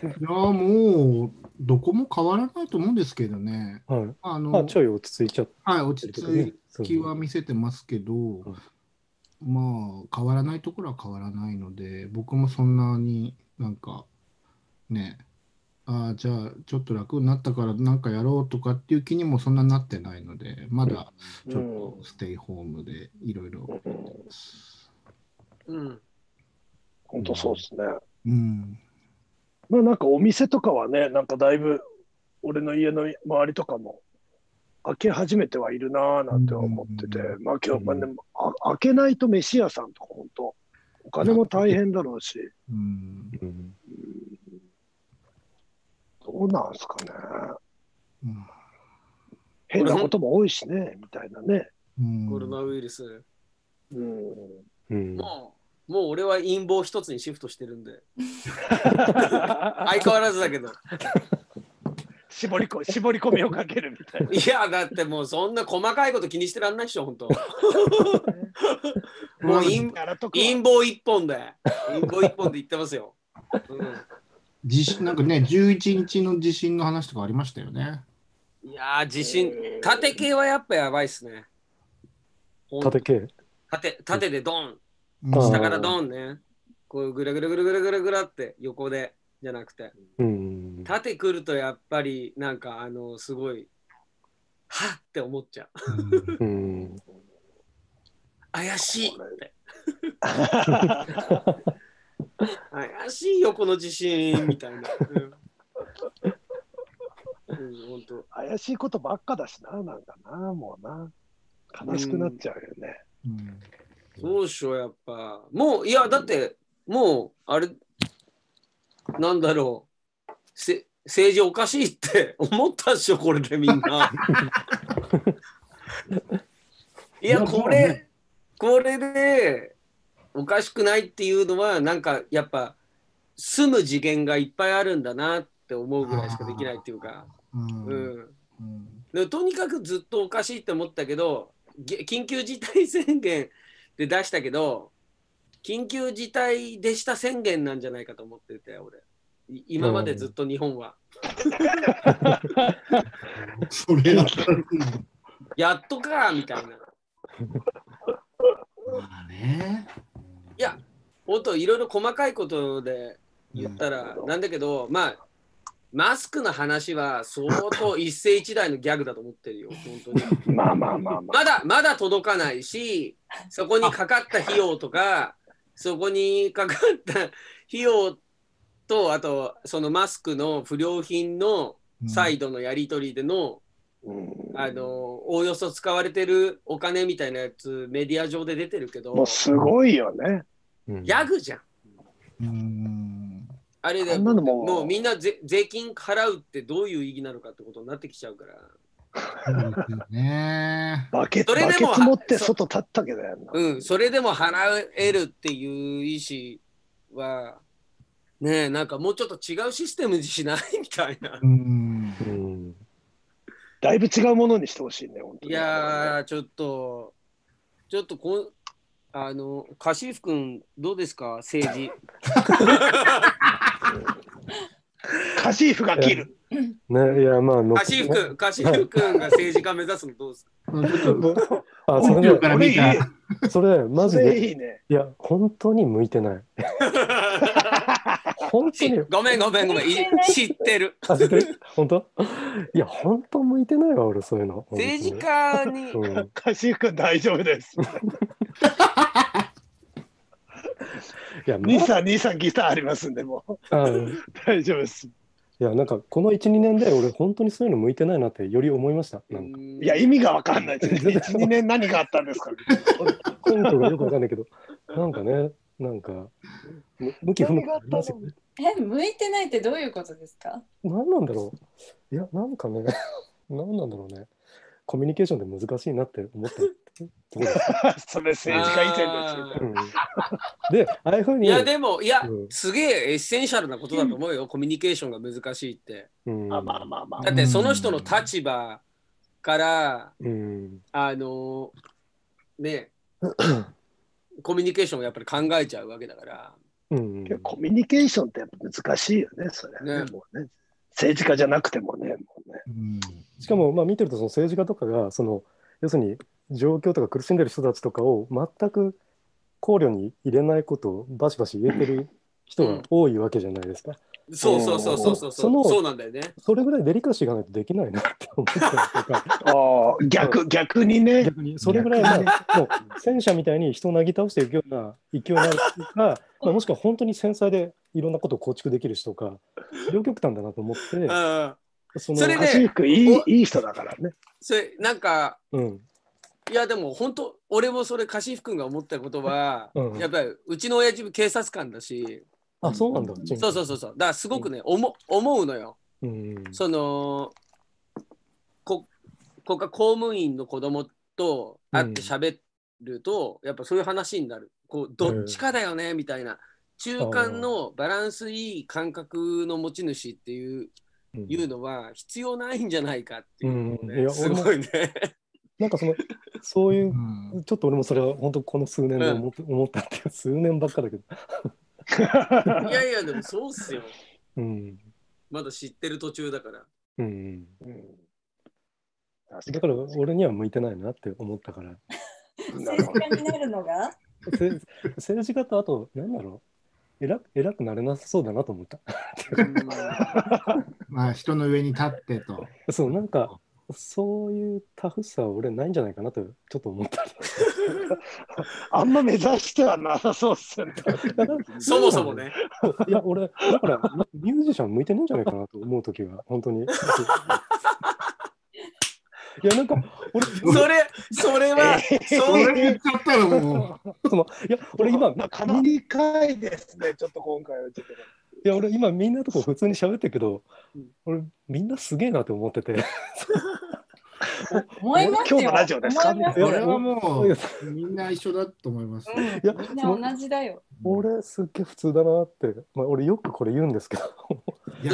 やーもうどこも変わらないと思うんですけどね。はい。あまあ、のちょい落ち着いちゃっはい、落てちるけ着どね。そうきは見せてますけど、まあ変わらないところは変わらないので僕もそんなになんかねああじゃあちょっと楽になったからなんかやろうとかっていう気にもそんななってないのでまだちょっとステイホームでいろいろうんうん。本当そうですね。うんまあなんかお店とかはね、なんかだいぶ俺の家の周りとかも開け始めてはいるなぁなんて思ってて、うまあ今日、まあうんでもあ開けないと飯屋さんとか本当、お金も大変だろうし、うんうんどうなんすかね。うん変なことも多いしね、みたいなね。うんコロナウイルス。うん、 うんもう、もう俺は陰謀一つにシフトしてるんで。相変わらずだけど。絞りこ絞り込みをかけるみ たいな。いや、だってもうそんな細かいこと気にしてらんないっしょ、本 当。もう陰やらとくわ陰謀一本で。陰謀一本で言ってますよ。う地震なんかね11日の地震の話とかありましたよね。ん、いやー、地震えー。縦系はやっぱやばいっすね。ほんと縦系。縦縦でドン。うんあー下からドンね。こうぐらぐらぐらぐらぐらぐらって横でじゃなくて。うん。縦来るとやっぱりなんかあのすごい、はっって思っちゃう。ううんん。怪しいって。怪しいよ、この地震みたいな。うん、うん、本当。怪しいことばっかだしな、なんかな、もうな。悲しくなっちゃうよね。うんそうっしょ、やっぱ。もう、いや、だって、もう、あれ、なんだろう。せ政治おかしいって 思ったっしょ、これでみん な。いや、こいやそうれね、これで、おかしくないっていうのは、なんか、やっぱ、住む次元がいっぱいあるんだなって思うぐらいしかできないっていうか。うんうん。うんでとにかくずっとおかしいって思ったけどげ緊急事態宣言で出したけど緊急事態でした宣言なんじゃないかと思ってて俺い今までずっと日本は、それはやっとかみたいなまあね。いやもっといろいろ細かいことで言ったらなんだけど、まあマスクの話は相当一世一代のギャグだと思ってるよ本当にまあまあまあまあ。まだまだ届かないし、そこにかかった費用とか、そこにかかった費用と、あとそのマスクの不良品のうん再度のやり取りでの、うんあのおおよそ使われてるお金みたいなやつ、メディア上で出てるけどもう、すごいよね。うんギャグじゃん。うんあれあでんなのももうみんなぜ税金払うってどういう意義なのかってことになってきちゃうから。そうですよね。バケそれでバケもツ持ってそ外立ったけだよな。うん、それでも払えるっていう意思は、ねえ、なんかもうちょっと違うシステムにしないみたいな う。ん。うん。だいぶ違うものにしてほしいね、本当いに。やー、ちょっと、ちょっとこん、あの、カシフ君、どうですか、政治。カシーフが切る。ね、いや、まあ、の カシフ君、カシフ君が政治家目指すのどうですか。ちょっと、あ、そ本れ庁からこれい見いた。ね、それ、マジそれで、いいね。いや、本当に向いてない。本当に、 ごめん、ごめん、ごめん、い知ってる。 あ、出てる本当いや、本当向いてないわ、俺、そういうの。本当に政治家に、うんカシーフ君大丈夫です。いや、ま兄さん、兄さんギターありますんで、もうあの大丈夫です。いや、なんかこの1、2年で俺本当にそういうの向いてないなってより思いました。なんかいや、意味がわかんないですね。全然1、2年何があったんです かね。根拠がよくわかんないけど、なんかね、なんか、む向き不向きありますよね。え、向いてないってどういうことですか何なんだろういや、なんかね、 何なんだろうね。コミュニケーションで難しいなって思ったところです。それ政治家以前ですよね。うんで、ああいうふういに、や、でも、いやう、んすげえエッセンシャルなことだと思うよ、コミュニケーションが難しいって。うんあまあまあまあだ。って、その人の立場から、うん、あの ね、コミュニケーションをやっぱり考えちゃうわけだから。うん、けどコミュニケーションってやっぱ難しいよね、それね。ねもうね政治家じゃなくてもね、もう ね。うんしかも、まあ、見てるとその政治家とかがその要するに状況とか苦しんでる人たちとかを全く考慮に入れないことをバシバシ言えてる人が多いわけじゃないですか、そうそうそうそうそう。そのそうなんだよね。それぐらいデリカシーがないとできないなって思ったりとかああ、逆、逆にね。逆にそれぐらい、まあ、もう戦車みたいに人をなぎ倒していくような勢いにな るとか、まあ、もしくは本当に繊細でいろんなことを構築できる人とか両極端だなと思ってうん。そのそれパでシフィックいいおいい人だからね。それ、なんか、うんいや、でも本当、俺もそれ、カシフ君が思ったことは、うんやっぱり、うちの親父も警察官だし、あそうなんだそうそうそうそう。だから、すごくね、思思うのよ。うん、そのこ国家公務員の子供と会って喋ると、やっぱそういう話になるこうどっちかだよねみたいな中間のバランスいい感覚の持ち主っていう,、うんいうのは必要ないんじゃないかっていうのをね、うんいやすごいね。なんかそのそういううんちょっと俺もそれは本当この数年で思,、思ったっていう数年ばっかだけど、いやいやでもそうっすようんまだ知ってる途中だから。うん、うんだから俺には向いてないなって思ったからな政るほ治ど家になるのがせ 政治家とあと何だろう偉く偉くなれなさそうだなと思ったまあ人の上に立ってと。そうなんかそういうタフさは俺ないんじゃないかなとちょっと思ったあんま目指してはなさそうっすよね。だからそもそもね。いや俺だからミュージシャン向いてないんじゃないかなと思う時は本当 にいやなんか 俺それそれは、そそうれ言っちゃったらもそのいや俺今まあ、かなり深いですね、ちょっと今回はちょっと。いや俺今みんなとこ普通に喋ってるけど、うん俺みんなすげえなって思ってて思います今よ。日のラジオですか思いますう、いやよこれはもいやうみんな一緒だと思います。うんやみんな同じだよ。俺すっげえ普通だなって、まあ、俺よくこれ言うんですけど い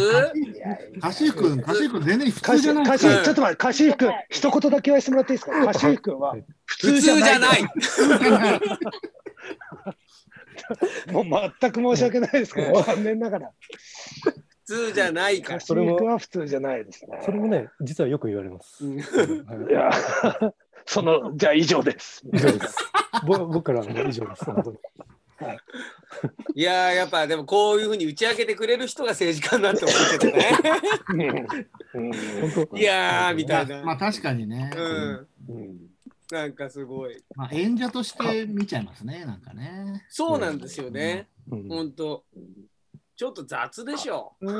や、カシフ君、カシフ君全然普カ通シじゃない。カシうんちょっと待って、カシフ君、一言だけ言わせてもらっていいですか。カシフ君ははい普普通じ通じゃゃな。ないい。もう全く申し訳ないですけど、残念ながら。普通じゃないかカら。シフ君は普通じゃないですね。それもね実はよく言われます、うんいはいや、 その、じゃあ以上です。以上ですぼ僕からはもう以上です本当にいやーやっぱでもこういうふうに打ち明けてくれる人が政治家になって思っててね。うん本当いやーみたいまあな。確かにね、うん。うんなんかすごい。まあ、演者として見ちゃいますね、なんかね。そうなんですよね。うんほんと。ちょっと雑でしょ。いや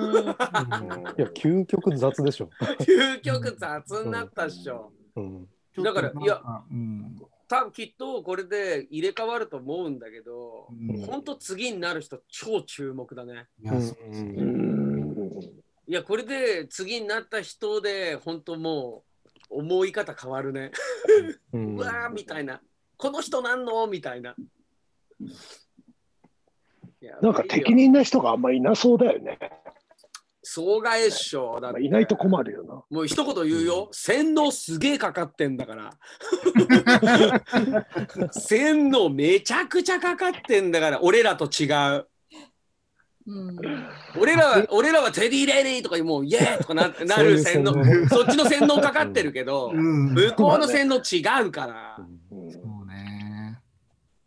究極雑でしょ、究極雑になったっしょ。うんちょっだとからなんいやうん多分きっとこれで入れ替わると思うんだけどう、ん、いほんと次になる人超注目だね。やうんそうですうねんいやこれで次になった人でほんともう思い方変わるね。うんうわーみたいな。この人なんのみたいな。いやなんか適任な人があんまいなそうだよね。総外省だっていないと困るよな。もう一言言うよ、洗脳すげえかかってんだから洗脳めちゃくちゃかかってんだから俺らと違ううん、俺らは俺らはテディ・レディとかもうイエーイとかななそういるう洗洗脳脳そっちの洗脳かかってるけど、うん、向こうの洗脳違うから、うんうんそうね。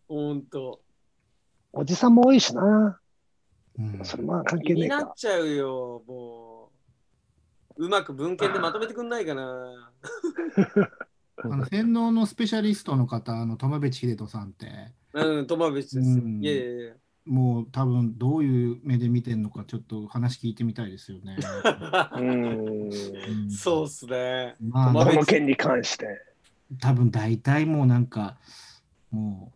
ほんとおじさんも多いしな。うんそれまあ関気係ねにえなかっ。ちゃうよもううまく文献でまとめてくんないかなあの洗脳のスペシャリストの方、あの、玉部秀人さんって、うん、トマベチですよ。いやいやいや。もう多分どういう目で見てんのかちょっと話聞いてみたいですよね。うん。うん そうっすね。まあこの件に関して。多分大体もうなんかも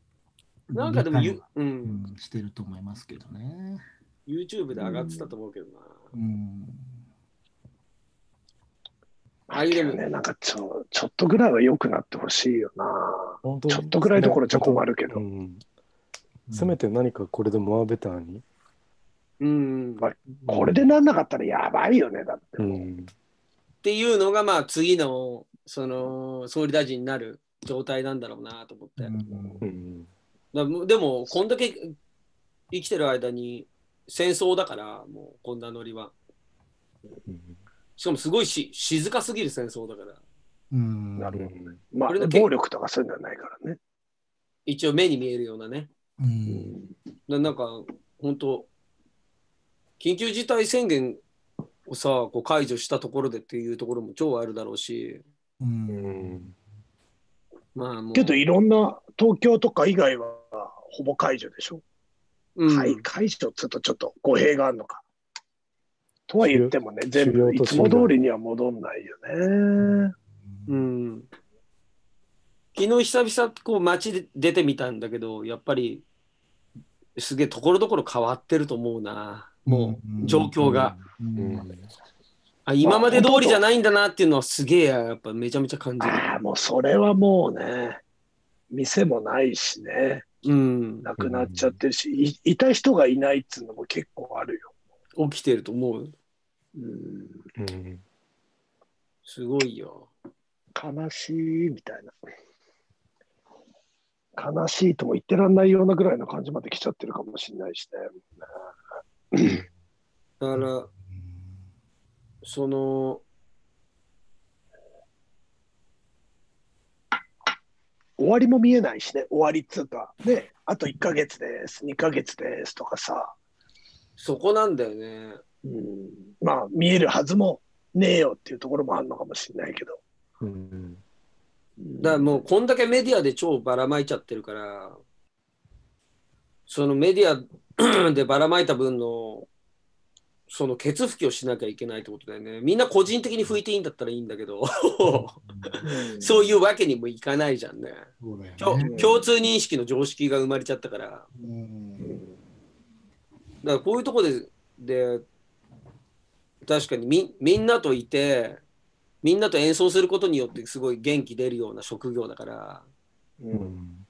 うなんかでも理解ゆは、う、うんん、してると思いますけどね。 YouTube で上がってたと思うけどな。うん、ああいうでもけどね、なんかちょちょっとぐらいは良くなってほしいよな。本当ちょっとぐらいどころじゃ困るけどうんせめて何かこれでモアベターに、うん。っこれでなんなかったらやばいよね、だってうもう。ん、ていうのがまあ次のその総理大臣になる状態なんだろうなと思って。うんうん、だもうでもこんだけ生きてる間に戦争だからもうこんなノリはうんしかもすごいし静かすぎる戦争だからうんなるほどね。まあ、これだけ暴力とかそういうのはないからね。一応目に見えるようなねうんななんか本当緊急事態宣言をさこう解除したところでっていうところも超あるだろうしううんんまあもうけど、いろんな東京とか以外はほぼ解除でしょ。うん解解除っつうとちょっと語弊があるのか。とは言ってもね、全主部要い都つ市も通りには戻んないよね。うん昨日久々こう街で出てみたんだけどやっぱりすげえところどころ変わってると思うなもう状況が、。うんううんんあ今まで通りじゃないんだなっていうのはすげえやっぱめちゃめちゃ感じああ、もうそれはもうね、店もないしね、る。うん。なくなっちゃってるし、いいた人がいないっつうのも結構あるよ。起きてると思う。うんうんすごいよ。悲しいみたいな。悲しいとも言ってらんないようなぐらいの感じまで来ちゃってるかもしれないしね。だから、その、終わりも見えないしね、終わりっつうか、ね、あと1ヶ月です、2ヶ月ですとかさ、そこなんだよね。うん、まあ見えるはずもねえよっていうところもあるのかもしれないけど。うんうんだからもうこんだけメディアで超ばらまいちゃってるから、そのメディア でばらまいた分の、そのケツ拭きをしなきゃいけないってことだよね。みんな個人的に拭いていいんだったらいいんだけど、うん そういうわけにもいかないじゃんね。そうだよね共共通認識の常識が生まれちゃったから、だかうんらこういうとこで、で確かにみみんなといて、みんなと演奏することによってすごい元気出るような職業だから、ううんん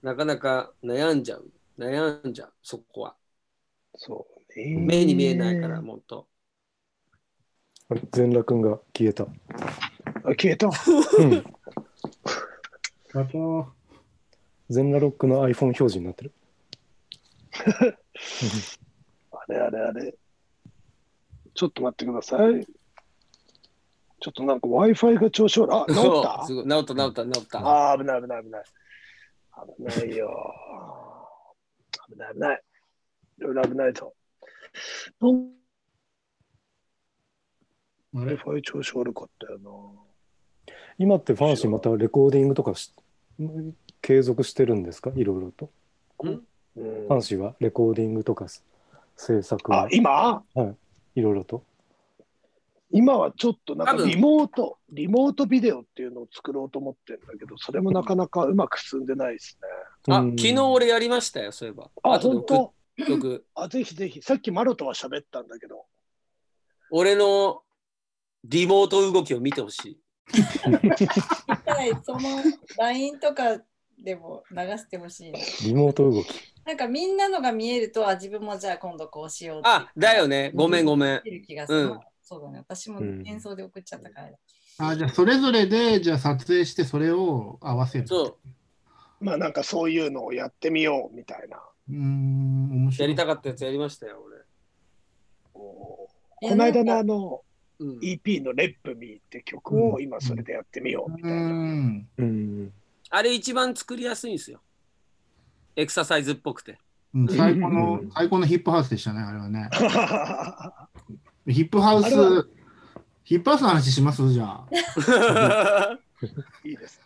なかなか悩んじゃう。悩んじゃう、そこは。そうね目に見えないから、もっと。あれ全裸くんが消えた、あ消えた。うん、社長全裸ロックの iPhone 表示になってるあれあれあれ。ちょっと待ってください。ちょっとなんか Wi-Fi が調子悪い。あ、治っ そたうすごい治った、治った、治った。あー危ない危ない危ない。危ないよ。危ない危ない。いろいろ危ないと。なんあでれ Wi-Fi 調子悪かったよな。今ってファンシーまたレコーディングとかし継続してるんですかいろいろとファうンん、シーはレコーディングとかす制作あは、今いろいろと今はちょっとなん多か分リモート、リモートビデオっていうのを作ろうと思ってるんだけど、それもなかなかうまく進んでないですね。あ、うん昨日俺やりましたよ、そういえば。あ、本後で送っ当とく。あ、ぜひぜひ。さっきマロとは喋ったんだけど、俺のリモート動きを見てほしい。はい、その LINE とかでも流してほしいな。リモート動きなんかみんなのが見えると、あ、自分もじゃあ今度こうしようってあ、だよね。ごめん、ごめん。見る気がする、うんそうだね。私もうん演奏で送っちゃったから。あじゃあそれぞれでじゃあ撮影してそれを合わせる。そまあなんかそういうのをやってみようみたいな。う。うん面う。や白い。りたかったやつやりましたよ、俺。こいうこの間のなあのうん、 EP の「レップミー」って曲を今それでやってみようみたういな。んうんあれ一番作りやすいんですよ。エクササイズっぽくて。 うん最高のうん最高のヒップハウスでしたねあれはね。あヒップハウあれはスヒップハウスの話しますじゃあ。 いいですね。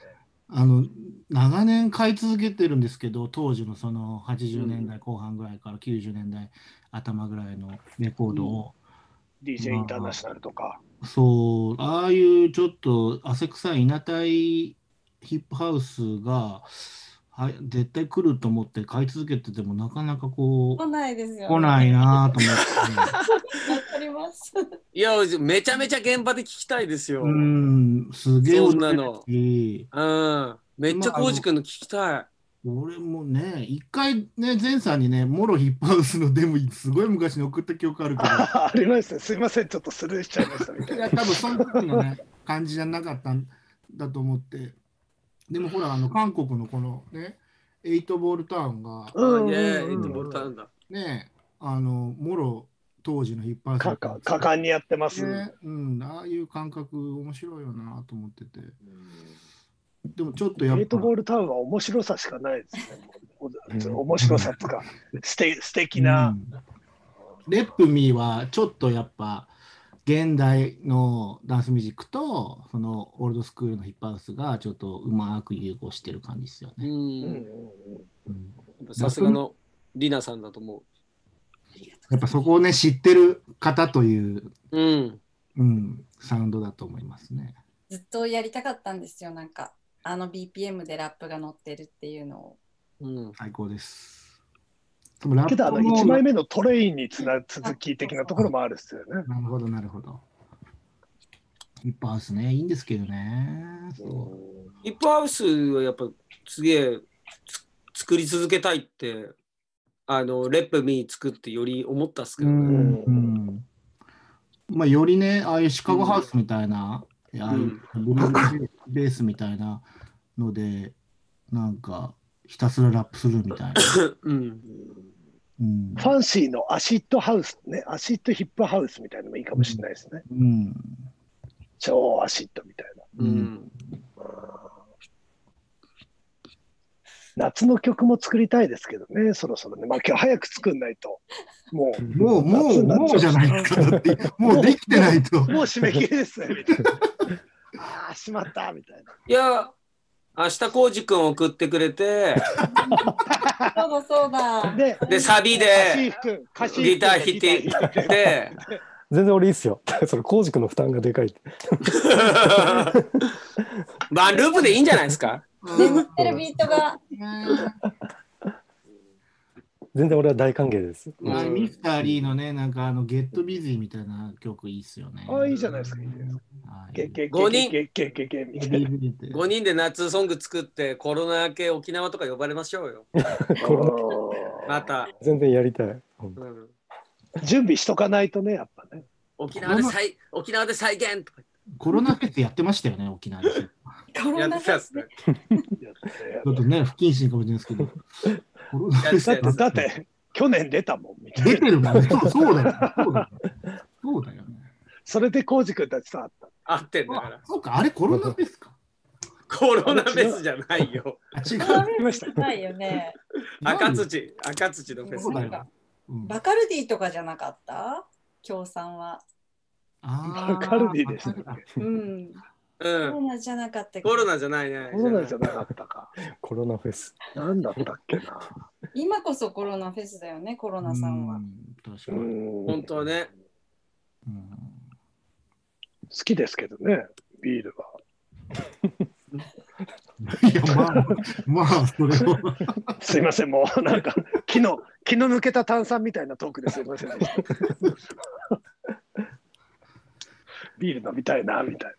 あの、長年買い続けてるんですけど、当時のその80年代後半ぐらいから90年代頭ぐらいのレコードを、 DJ インターナショナルとか。 そう、ああいうちょっと汗臭い稲体ヒップハウスが、はい、絶対来ると思って買い続けてても、なかなかこ来ないですよ、う、ね。来ないなと思っ て。わかります。いや、めちゃめちゃ現場で聞きたいですよ。ううん。ん、すげえそんなの驚いたしめっちゃ浩二君の聞きたい。俺もね、一回ね、前さんにね、モロヒップハウスのデモ、すごい昔に送った記憶ある けど、ありました。すいません、ちょっとスルーしちゃいましたみたい いな。や、多分その時のね、感じじゃなかったんだと思って、でもほら、あの韓国のこのね、エイトボールターンが、うんイエーイ、うんエイトボルターンだ。ね、あの、モロ当時のヒップハウスかだったんかです果よ敢にやってます。ね、うん、ああいう感覚、面白いよなと思ってて、でもちょっとやっエイトぱ、ボールタウンは面白さしかないですね。うん面白さと か、すて素敵な、うんレップミーはちょっとやっぱ現代のダンスミュージックとそのオールドスクールのヒップハウスがちょっとうまく融合してる感じですようね。うんん。うんやっぱさすがのリナさんだと思やっぱそこをね知ってる方という、う。うん。うん、サウンドだと思いますね。ずっとやりたかったんですよ、なんか。あの BPM でラップが乗ってるっていうのを。うん。最高です。でもラッけプどあのも1枚目のトレインにつな続き的なところもあるっすよね。なるほどなるほど。ヒップハウスねいいんですけどね。そうヒップハウスはやっぱすげえつ作り続けたいって、あの、レップミー作ってより思ったっすけどうね。んうんまあ、よりね、ああいうシカゴハウスみたいな、ああいうブルーベースみたいなので、なんかひたすらラップするみ たいな。うん。うんファンシーのアシッドハウスね、アシッドヒップハウスみたいなのもいいかもしれないですね。うん超アシッドみたいな。ううんん。夏の曲も作りたいですけどね、そろそろね。まあ今日早く作んないと、ももう、もう、もうじゃないですか。だ って、もうできてないとう、。もう締め切りですね、みたいな。ああ、しまった、みたいな。いや、明日浩二君送ってくれ て、そうだそうだ。で、で、サビで、歌詞ギター弾いてギター弾いてで、 全然俺いいっすよ。 それ、浩二君の負担がでかいって。ワンループでいいんじゃないですかで、乗ってるビートが。全然俺は大歓迎です。まあミスターリーのね、なんかあの、ゲットビズィみたいな曲いいっすよね。ああ、いいじゃないですか、いいじゃないですか。はいゲゲゲ五人ゲゲゲゲみたいな。 5人で夏ソング作ってコロナ明け沖縄とか呼ばれましょうよ。これまた。全然やりたい。うんうん、準備しとかないとね、やっぱね。沖縄で再沖縄で再現とかコロナフェスやってましたよね、沖縄で。ちコロやっナてたっですね。ょっとね、不謹慎かもしれないですけど。コロナフェスだって、だって去年出たもん、みた出いな。てるもんね。 そうそうだよね。そうだよね。そうだよねそれで、浩二君たちと会った。合ってんだかあら。そうか、あれコロナフェスか。コロナフェスじゃないよ。あ違う。ないよね。赤土、赤土のフェスそう。だよ。うんバカルディとかじゃなかった共産は。あーバカルディでしたっけバカルうん。うコん。ロナじゃなかったけどコロナじゃないね。コロナじゃなかったか。コロナフェス。なんだったっけな。今こそコロナフェスだよね、コロナさんは。うん確かうに。うんん本当はね。好きですけどね、ビールは。いや、まあ、まあ、それは。すいません、もうなんか、気の、気の抜けた炭酸みたいなトークですいませんでした。ビール飲みたいな、みたい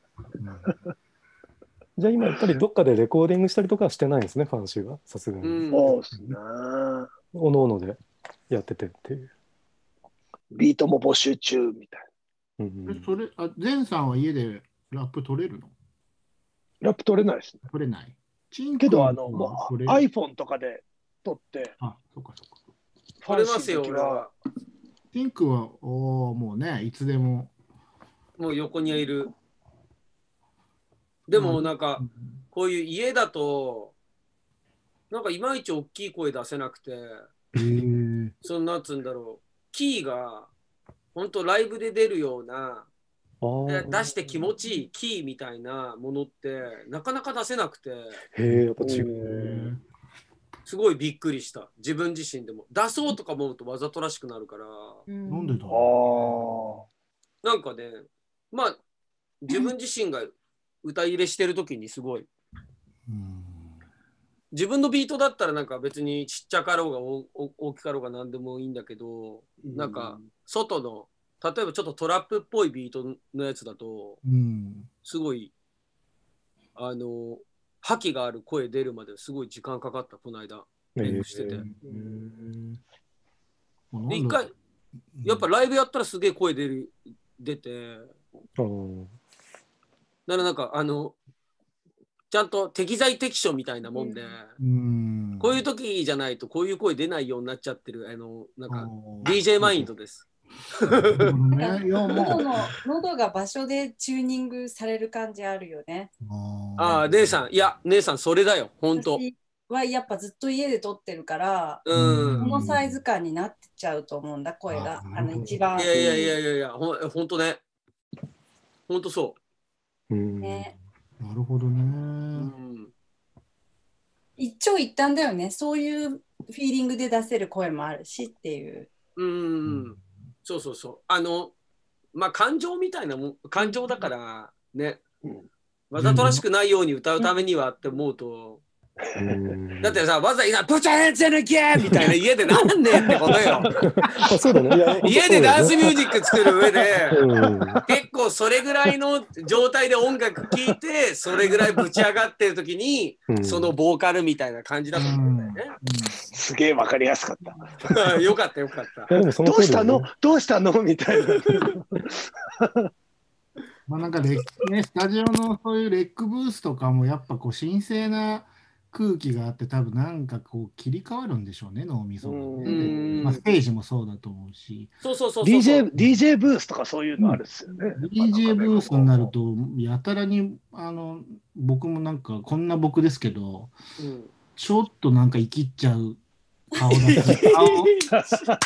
じゃあ今やっぱりどっかでレコーディングしたりとかはしてないんですね、ファンシーは。さすがうな。に。ん。そうっすな。おのおのでやっててっていう。ビートも募集中みたいうんえそれ、あ、ゼンさんは家でラップ取れるのな。ラップ取れないですね。取れない。チンけ君ど、はあの、もう取れる iPhone とかで撮って、あ、そうか、そうか。取れますよ、ファンシーの時俺はは。ピンクは、おお、もうね、いつでも。もう横にいる。でもなんか、こういう家だと、なんかいまいち大きい声出せなくて、へえ。そのなんつうんだろう、キーが、ほんとライブで出るような、で出あして気持ちいいキーみたいなものってなかなか出せなくてあ。へえ、やっぱ違へう。ーすごいびっくりした自分自身でも出そうとか思うとわざとらしくなるからなんでだあろなんかねまあ自分自身が歌入れしてる時にすごいううん自分のビートだったらなんか別にちっちゃかろうがおお大きかろうが何でもいいんだけどなんか外の例えばちょっとトラップっぽいビートのやつだとうんすごいあの覇気がある声出るまですごい時間かかったこの間え練え習しててへーあなんだで一回やっぱライブやったらすげえ声出る出てあーだからなんかあのちゃんと適材適所みたいなもんで、うんこういう時じゃないとこういう声出ないようになっちゃってるあのなんあかー DJ マインドです。なるほどねいや喉まの喉が場所でチューニングされる感じあるよね。ああ姉さんいや姉さんそれだよ本当。私はやっぱずっと家で撮ってるから、うんこのサイズ感になっちゃうと思うんだ、声が。ああの一番。いやいやいやいやいや、ほんほんとね。ほんとそうん。ねなるほどう。ね。一長一短だよね。そういうフィーリングで出せる声もあるしっていう。うん。うん。そうそうそう。あの、まあ、感情みたいなもん、感情だから、ねうん。わざとらしくないように歌うためにはって思うと、うんだってさ、わざいな、ブチャンチェルゲーみたいな家でなんねんってことよ。あ、そうだね。いや 家でダンスミュージック作る上で、うん。 結構それぐらいの状態で音楽聴いて、それぐらいぶち上がってる時に、うんそのボーカルみたいな感じだと思うんだよね。すげえわかりやすかった。 よかったよかったい。やでもそのど通うりしだたよのねどうしたのみたいな。まあなんかレッ、ね、スタジオのそういうレックブースとかもやっぱこう神聖な空気があって多分なんかこう切り替わるんでしょうね脳みそがうね。んでまあ、ステージもそうだと思うしそうそうそうそう。 DJ、DJ ブースとかそういうのあるっすよね。 DJ ブースになるとやたらにあの僕もなんかこんな僕ですけどうんちょっとなんか生きっちゃう顔だった り顔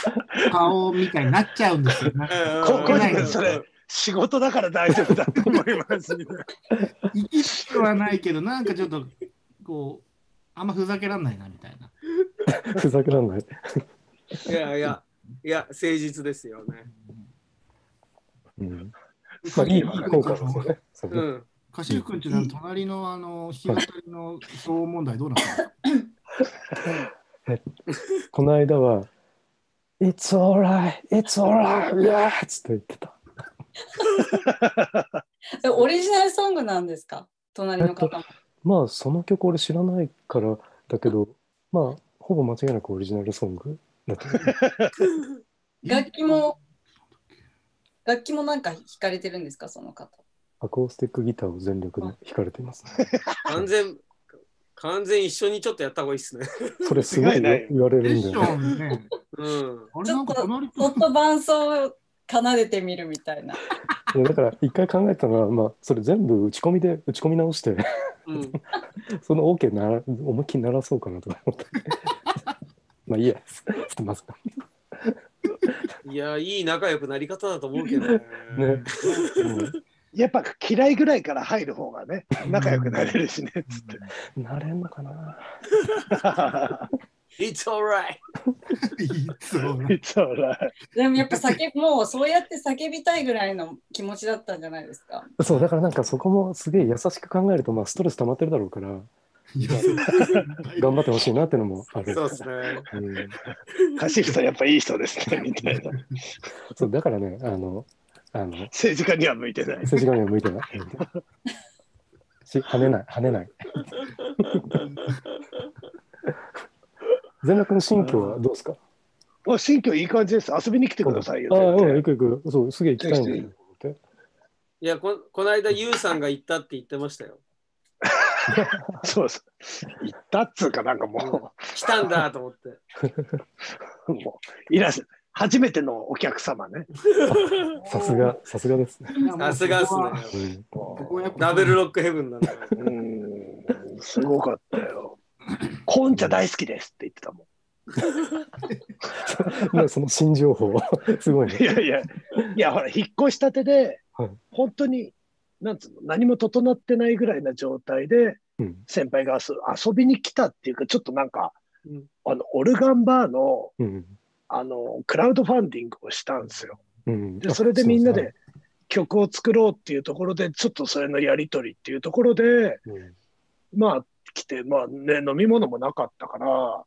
顔みたいになっちゃうんですよ。なんかここにそれ仕事だから大丈夫だと思います、生きってはないけど、なんかちょっと、こう、あんまふざけらんないなみたいな。ふざけらんない。いやいや、いや、誠実ですよね。うん。まあ、いい効果ですよね。そううねん。カシフ君ちの隣のあの、日当たりの騒音問題どうなったのこの間は、It's alright, it's alright, yeah! っつって言ってた。えオリジナルソングなんですか隣の方も。まあ、その曲俺知らないからだけど、まあ、ほぼ間違いなくオリジナルソングだと思う。楽器も、楽器もなんか弾かれてるんですかその方。アコースティックギターを全力で弾かれています、ね。完全、完全一緒にちょっとやった方がいいっすね。それすごいよ言われセるッんシだョよね。ンね。うん。あれなんか隣ちょとっと伴奏を奏でてみるみた いな。いやだから一回考えたのは、まあ、それ全部打ち込みで 打ち込み直して、うん。その OK なら思いっきり鳴らそうかなとか思って。 まあいいや、すすまずか。いや、いい仲良くなり方だと思うけどね。ね。うんやっぱ嫌いぐらいから入る方がね、仲良くなれるしね、つって。なれんのかな It's alright! そうね It's alright. でもやっぱ叫びもうそうやって叫びたいぐらいの気持ちだったんじゃないですか。そう、だからなんかそこもすげえ優しく考えると、まあストレス溜まってるだろうから、いや頑張ってほしいなっていうのもある。そうっすね。うんカシフさん、やっぱいい人ですね、みたいな。そうだからね、あの、あの、政治家には向いてない。政治画面向い てない。し、跳ねない、跳ねない。全楽の新居はどうですかあ新居いい感じです。遊びに来てくださいよ。ああ、全う然ん、行く行く。そう、すげえ行きたいんぜだひよぜ。いや、ここの間、ゆうさんが言ったって言ってましたよ。そうそう。行ったっつうかなんかも来たんだと思って。う、もういらっしゃ初めてのお客様ね。さすが、さすがですね。さすがっすね。うんここはやっぱダブルロックヘブンなんだ。うん、すごかったよ。コンチャ大好きですって言ってたもん。まあその新情報、すごいいね。 やいや、いやほら、引っ越したてで、はい本当に、なんつうの、何も整ってないぐらいな状態で、うん先輩が遊遊びに来たっていうか、ちょっとなんか、うんあの、オルガンバーの、うんあの、クラウドファンディングをしたんですよ。うんで、あそれでみんなそうで曲を作ろうっていうところで、ちょっとそれのやりとりっていうところで、すねうんまあ、来て、まあね、飲み物もなかったから、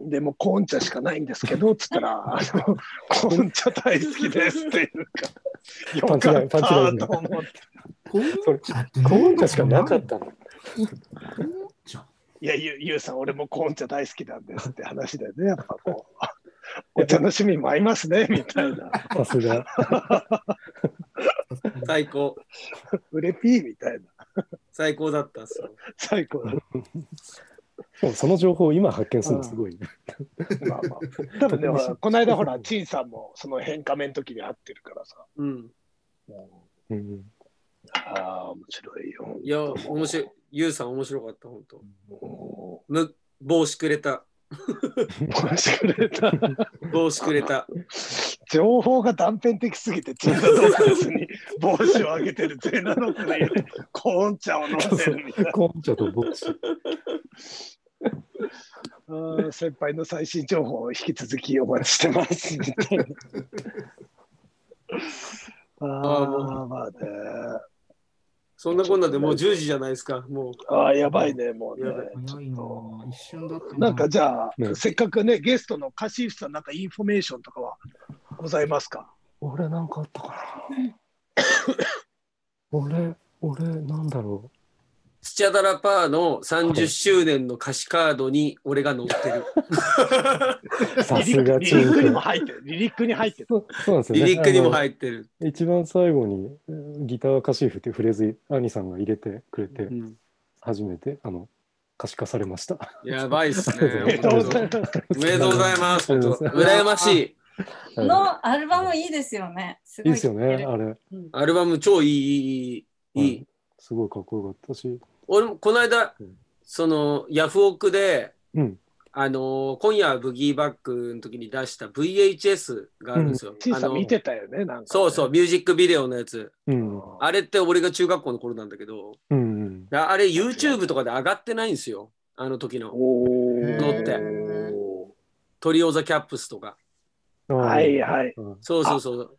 でもうコーン茶しかないんですけ ど、つったら、あの、コーン茶大好きですっていうか、 パよンチラかインったパンチラインと思って。コーン茶ってコーン茶しかなかったの。た。コーン茶いや、ゆゆうさん、俺もコーン茶大好きなんですって話だよね、やっぱ こう。お茶の趣味も合いますね、みたいな。さすが。最高。売れピーみたいな。最高だったっすよ。最高だ。でもその情報を今発見するのす ごい。まあまあ。多分ね、ほらこの間、ほら、陳さんもその変化面の時に会ってるからさ。うん。うんああ、面白いよ。いや、面白い。ゆうさん面白かった、本当。おむ帽子くれた。ー面白いな帽子くれた。情報が断片的すぎて、チンダドーナツに帽子を上げてる、ゼナノスでコーン茶を飲んでるみたいな。コーン茶と帽子。あー先輩の最新情報を引き続きお待ちしてます。みたいなあーまあ、まあね。そんなこんなでもう10時じゃないですか。もう。ああ、やばいね、もうねやばい。早いな一瞬だったなんかじゃあ、ねせっかくね、ゲストのカシーフさん、なんかインフォメーションとかはございますか俺なんかあったかな。俺、俺なんだろスチャダラパーの30周年の歌詞カードに俺が載ってる。う。さすがリチリックにンもコ。入ってる。リリックに入ってる。そう そうなんですよね。リリックにも入ってる。あの一番最後にえーギターカシーフっていうフレーズ、兄さんが入れてくれて、初めてあの可視化されました。 やばいっすね。おおめ めででととううごござざいます。おめでとうございありがとうございますます。本当羨ましい。こはのアルバムいいですよね。すいいごいいですよね、あれ。アルバム超いい、いい、いい。はすごいかっこよかったし。俺もこの間うん、そのヤフオクで、うん。あのー今夜はブギーバックの時に出した VHS があるんですよ。チンあさんの見てたよね、なんか、そうそう、ミュージックビデオのやつ。うん。あれって俺が中学校の頃なんだけど、うんうん。だあれ YouTube とかで上がってないんですよ。あの時のおー乗ってトリオザキャップスとか。あーはいはい。うんそうそうそう。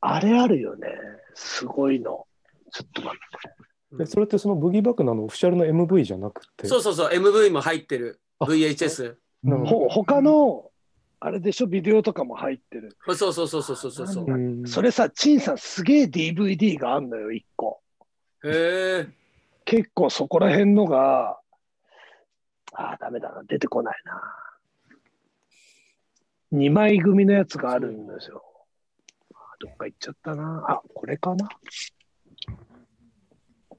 あれあるよね。すごいの。ちょっと待って。うんでそれってそのブギーバックのあのオフィシャルの MV じゃなくて。そうそうそう、MV も入ってる。あ VHS。なるほほ他の、あれでしょ、ビデオとかも入ってる。そうそうそうそうそうそうそう。ううんそれさ、チンさんすげえ DVD があんのよ、1個。へえ。結構そこら辺のが、ああ、ダメだな、出てこないな。2枚組のやつがあるんですよ。あーどっか行っちゃったな。あ、これかな。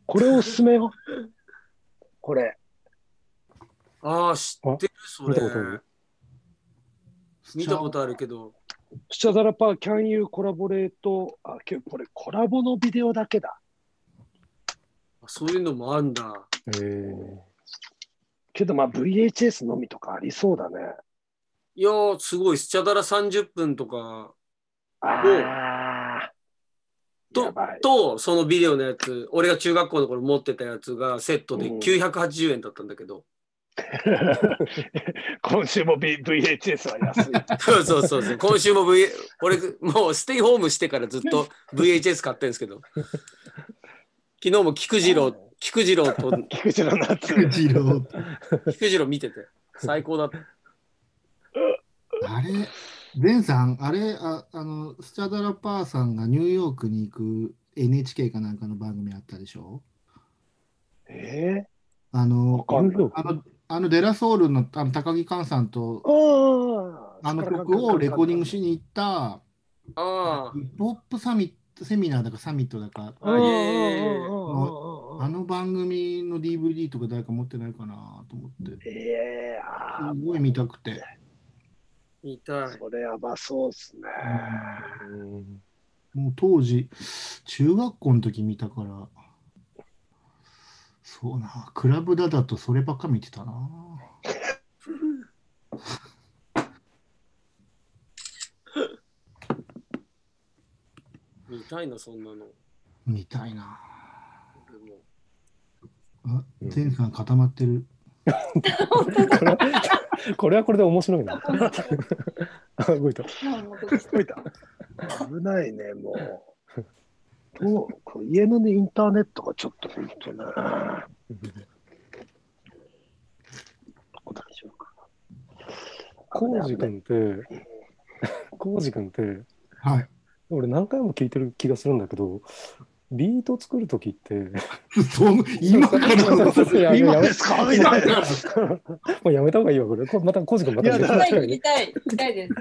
これおすすめよ。これ。ああ、知ってる、そ見れたことある。見たことあるけど。スチャダラパー、キャンユーコラボレート、あ、けこれコラボのビデオだけだ。あそういうのもあんだ。えーけどまあ VHS のみとかありそうだね。いやー、すごい、スチャダラ30分とかああ。とやばいと、そのビデオのやつ、俺が中学校の頃持ってたやつがセットでうん980円だったんだけど。 今週も、B、VHS は 安い。そうそうそう そう。今週も V、俺、もうステイホームしてからずっ と VHS 買ってるんですけど。昨日も菊次郎、菊次郎と、菊池の夏。菊次郎菊次郎見てて、最高だった。あれ、ベンさん、あれ、ああの、スチャダラパーさんがニューヨークに行く NHK かなんかの番組あったでしょえあのわ、かんないあの、あのデラソウルのあの高木寛さんとー、、ああの曲をレコーディングしに行った、あヒップホップサミット、セミナーだかサミットだか、あ、いえいえいえあの番組の DVD とか誰か持ってないかなと思って、ええあすごい見たくて。見たーい。それやばそうっすね。うんもう当時、中学校の時見たから、そうな、クラブだだとそればっか見てたな。見たいな、そんなの。見たいな。俺もあうん、全さん固まってる。これこれはこれで面白い な。あ動いた。動いた。危ないね、も う。どうこう家の、ね、インターネットがちょっと本当ね。大丈夫かコウジ君って、 コウジ君って、はい。 俺何回も聞いてる気がするんだけど、ビート作るときって、 もそう 今からそうそうそうのやな。め今ですかみたいな。うやめた方がいいわ、これ。こまたコウジ君またいや見だた別のい、機見に。たい、見たいです。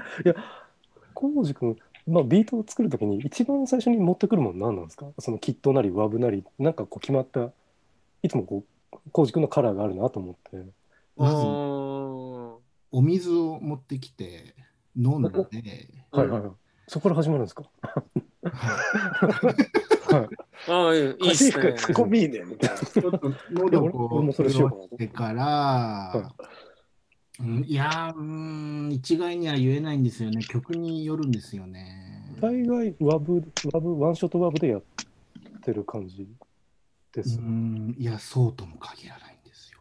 コウジ君、まあ、ビートを作るときに一番最初に持ってくるもの何なんですかそのキットなりワブなり、なんかこう決まった、いつもこう、コウジ君のカラーがあるなと思って。あまずーお水を持ってきて飲んで、はいはいはい。そこから始まるんですか はい。あー、いいいいっすね。ツッコミいいね、みたいな。ちょっと喉を俺こもうそれしようかな潤してから、うんいやーうーん一概には言えないんですよね曲によるんですよね大概ワブ、ワブ、ワンショットワブでやってる感じでうす。んいやそうとも限らないんですよ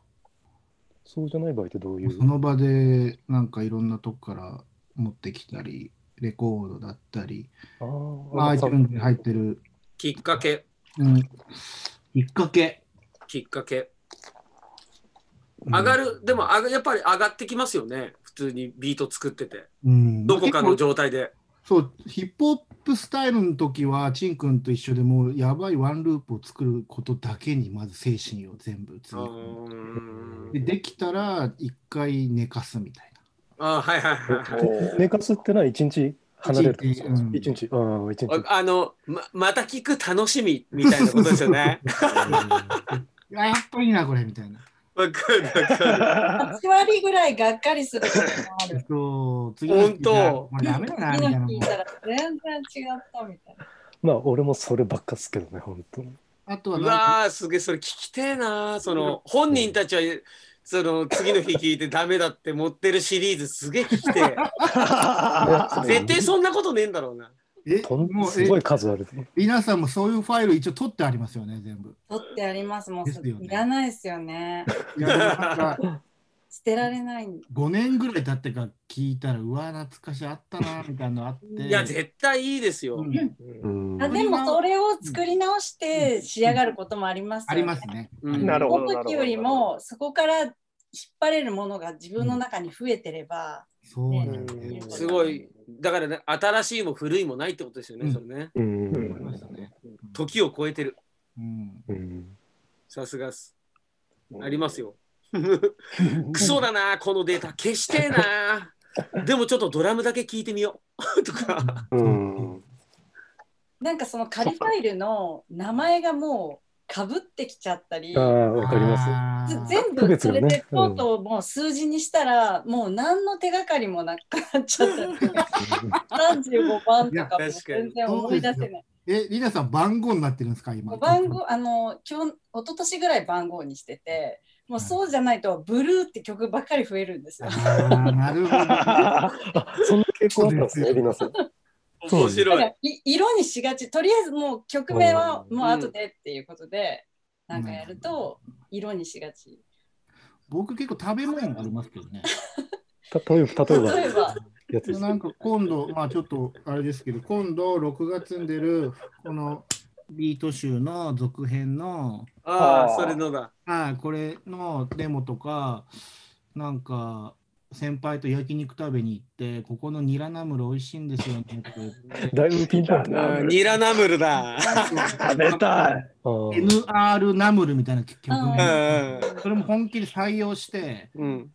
そうじゃない場合ってどういもううその場でなんかいろんなとこから持ってきたりレコードだったりあーまあさ iTunes に入ってる、きっかけ、うん、きっかけきっかけ。上がる、でも、あがやっぱり上がってきますよね。普通にビート作ってて。うん、どこかの状態で。そう、ヒップホップスタイルの時は、チン君と一緒でもう、やばいワンループを作ることだけに、まず精神を全部つうぎーんでできたら、一回寝かすみたいあーはいはいはいはい。寝かすってのは一日離れるってことですか一日一日、ああ、一 日。ああのま、また聞く楽しみみたいなことですよね。な。あ、やっぱいいな、これ、みたいな。わかるわかる。 8割ぐらいがっかりすることもある。そう、次本当もうダメだな、み次たいの日なも。聞いうたら全然違ったみたいな。まあ、俺もそればっかっすけどね、本当に。あとはうなんか、わー、すげえ、それ聞きてえなー。その、本人たちは、その、次の日聞いてダメだって持ってるシリーズ、すげえ聞きてえ。ね絶対そんなことねえんだろうな。えとんもうすえごい数ある。皆さんもそういうファイル一応取ってありますよね、全部。取ってありますもん、ですよねいらないですよね。いや、でもなんか、捨てられない。 5年ぐらい経ってから聞いたら、うわ、懐かしい、あったな、みたいなのあって。いや、絶対いいですよ。うんうん。ああでもそれを作り直して仕上がることもあります、あります。ね。うんな るほそどの時よりもそこから引っ張れるものが自分の中に増えてれば、そうなんだよね。うんすごい。だからね、新しいも古いもないってことですようね、んそれね。う思いんましたね。時を超えてる。うん。うん。さすがっす。ありますよ。クソだな、このデータ消してえな。でもちょっとドラムだけ聞いてみよう とか。うん。なんかその仮ファイルの名前がもうかぶってきちゃったりあ。あ、わかります。まず全区部別そがねれでコートをもう数字にしたら、もう何の手がかりもなくなっちゃった35番とかも全然思い出せないえ、リナさん番号になってるんですか今。番号あの今日一昨年ぐらい番号にしててもうそうじゃないとブルーって曲ばっかり増えるんですあよ。ー。なるほど。あ、そんな傾向あったんですね、皆さん。そうだ面か白い。らい色にしがちとりあえずもう曲名はもう後でっていうことで、うんなんかやると色にしがち。僕結構食べ物ありますけ どね。例えば、例えば、例えばやつ。なんか今度、まあちょっとあれですけど、今度6月に出るこのビート集の続編の、あああ、ーそれのだ。はい、これのデモとか、なんか、先輩と焼肉食べに行って、ここのニラナムル美味しいんですよね って言ってだいぶピンポイントだ。うんニラナムルだ。食べたい。あー NR ナムルみたいな曲う名んそれも本気で採用して、うん。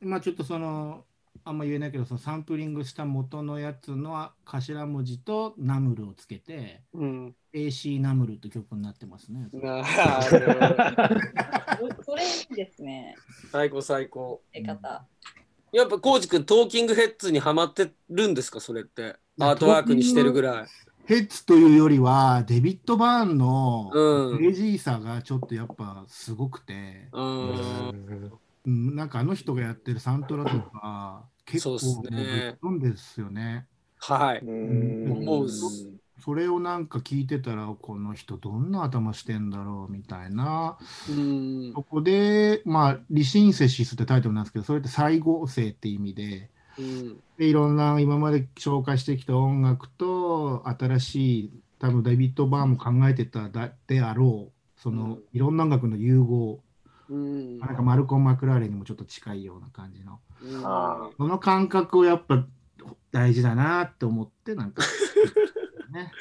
まあちょっとその、あんま言えないけど、そのサンプリングした元のやつの頭文字とナムルをつけて、うん。 AC ナムルって曲になってますね。なあ、それいいですね。 最高最高。出方。やっぱコウジ君、トーキングヘッズにはまってるんですか、それって。アートワークにしてるぐらい。ヘッズというよりは、デビッド・バーンのうんクレイジーさがちょっとやっぱすごくて、うん。うん、なんかあの人がやってるサントラとか、結構そうっすねぶっ飛んですよね。はい。うん思うっすそれをなんか聞いてたら、この人どんな頭してんだろうみたいな。うんそこで、まあ、理シンセシスってタイトルなんですけど、それって再合成って意味で、うんでいろんな今まで紹介してきた音楽と新しい多分デビッド・バーンも考えてただであろうその、うんいろんな音楽の融合うんなんかマルコン・マクラーレンにもちょっと近いような感じのうんあその感覚をやっぱ大事だなって思ってなんか、 ね、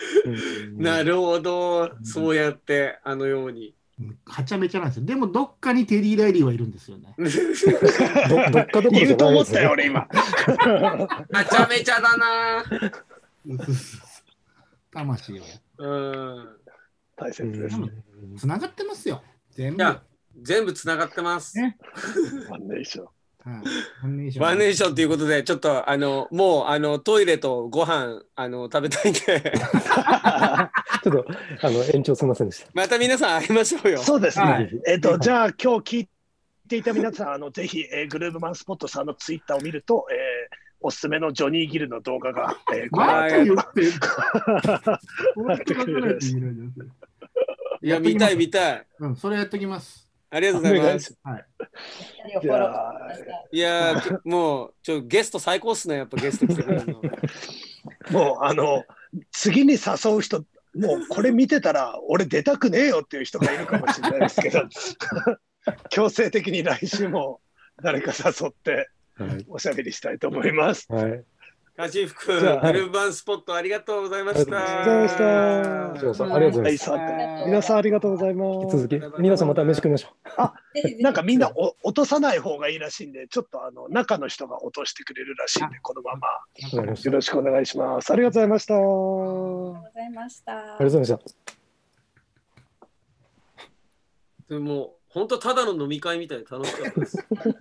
なるほど、そうやってあのよう に。はちゃめちゃなんですよでもどっかにテリー・ライリーはいるんですよねどどっかどころじゃない言うと思ったよ、俺今。あちゃめちゃだな。 魂はうん。大切でですすね。ねつながってますよ全い部や、全部つながってます。ねワンネーション。はいワンネーションワンネーションということで、ちょっとあの、もうあのトイレとご飯あの食べたいんで、 ちょっとあの延長すみませんでした。また皆さん会いましょうよ。そうですはねい。えっと、じゃあ今日聞いていた皆さん、あのぜひ、えーグルーブマンスポットさんのツイッターを見ると、えーおすすめのジョニー・ギルの動画が、えーご覧前と言ってる。 なってくれるいや、見たい見たい。うん、それやっときます。ありがとうございお願まいすし。人をフォローしてくださいいやー、きもうちょゲスト最高っすね、やっぱゲスト来てくれるの。ますもう、あの、次に誘う人、もうこれ見てたら、俺出たくねえよっていう人がいるかもしれないですけど、 強制的に来週も誰か誘ってはい。おしゃべりしたいと思います。はい。カチフ君、じゃあはいグルーヴバンスポットありがとうございました。ありがとうございましたありがとうございますはい皆さんありがとうございます。引き続き、皆さんまた飯食いましょぜひぜひなんかみんなお落とさない方がいいらしいんで、ちょっとあの中の人が落としてくれるらしいんで、このままう。わかりましたよろしくお願いします。ありがとうございました。ありがとうございましたあ。りがとうございました。でも、本当ただの飲み会みたいで楽しかったです。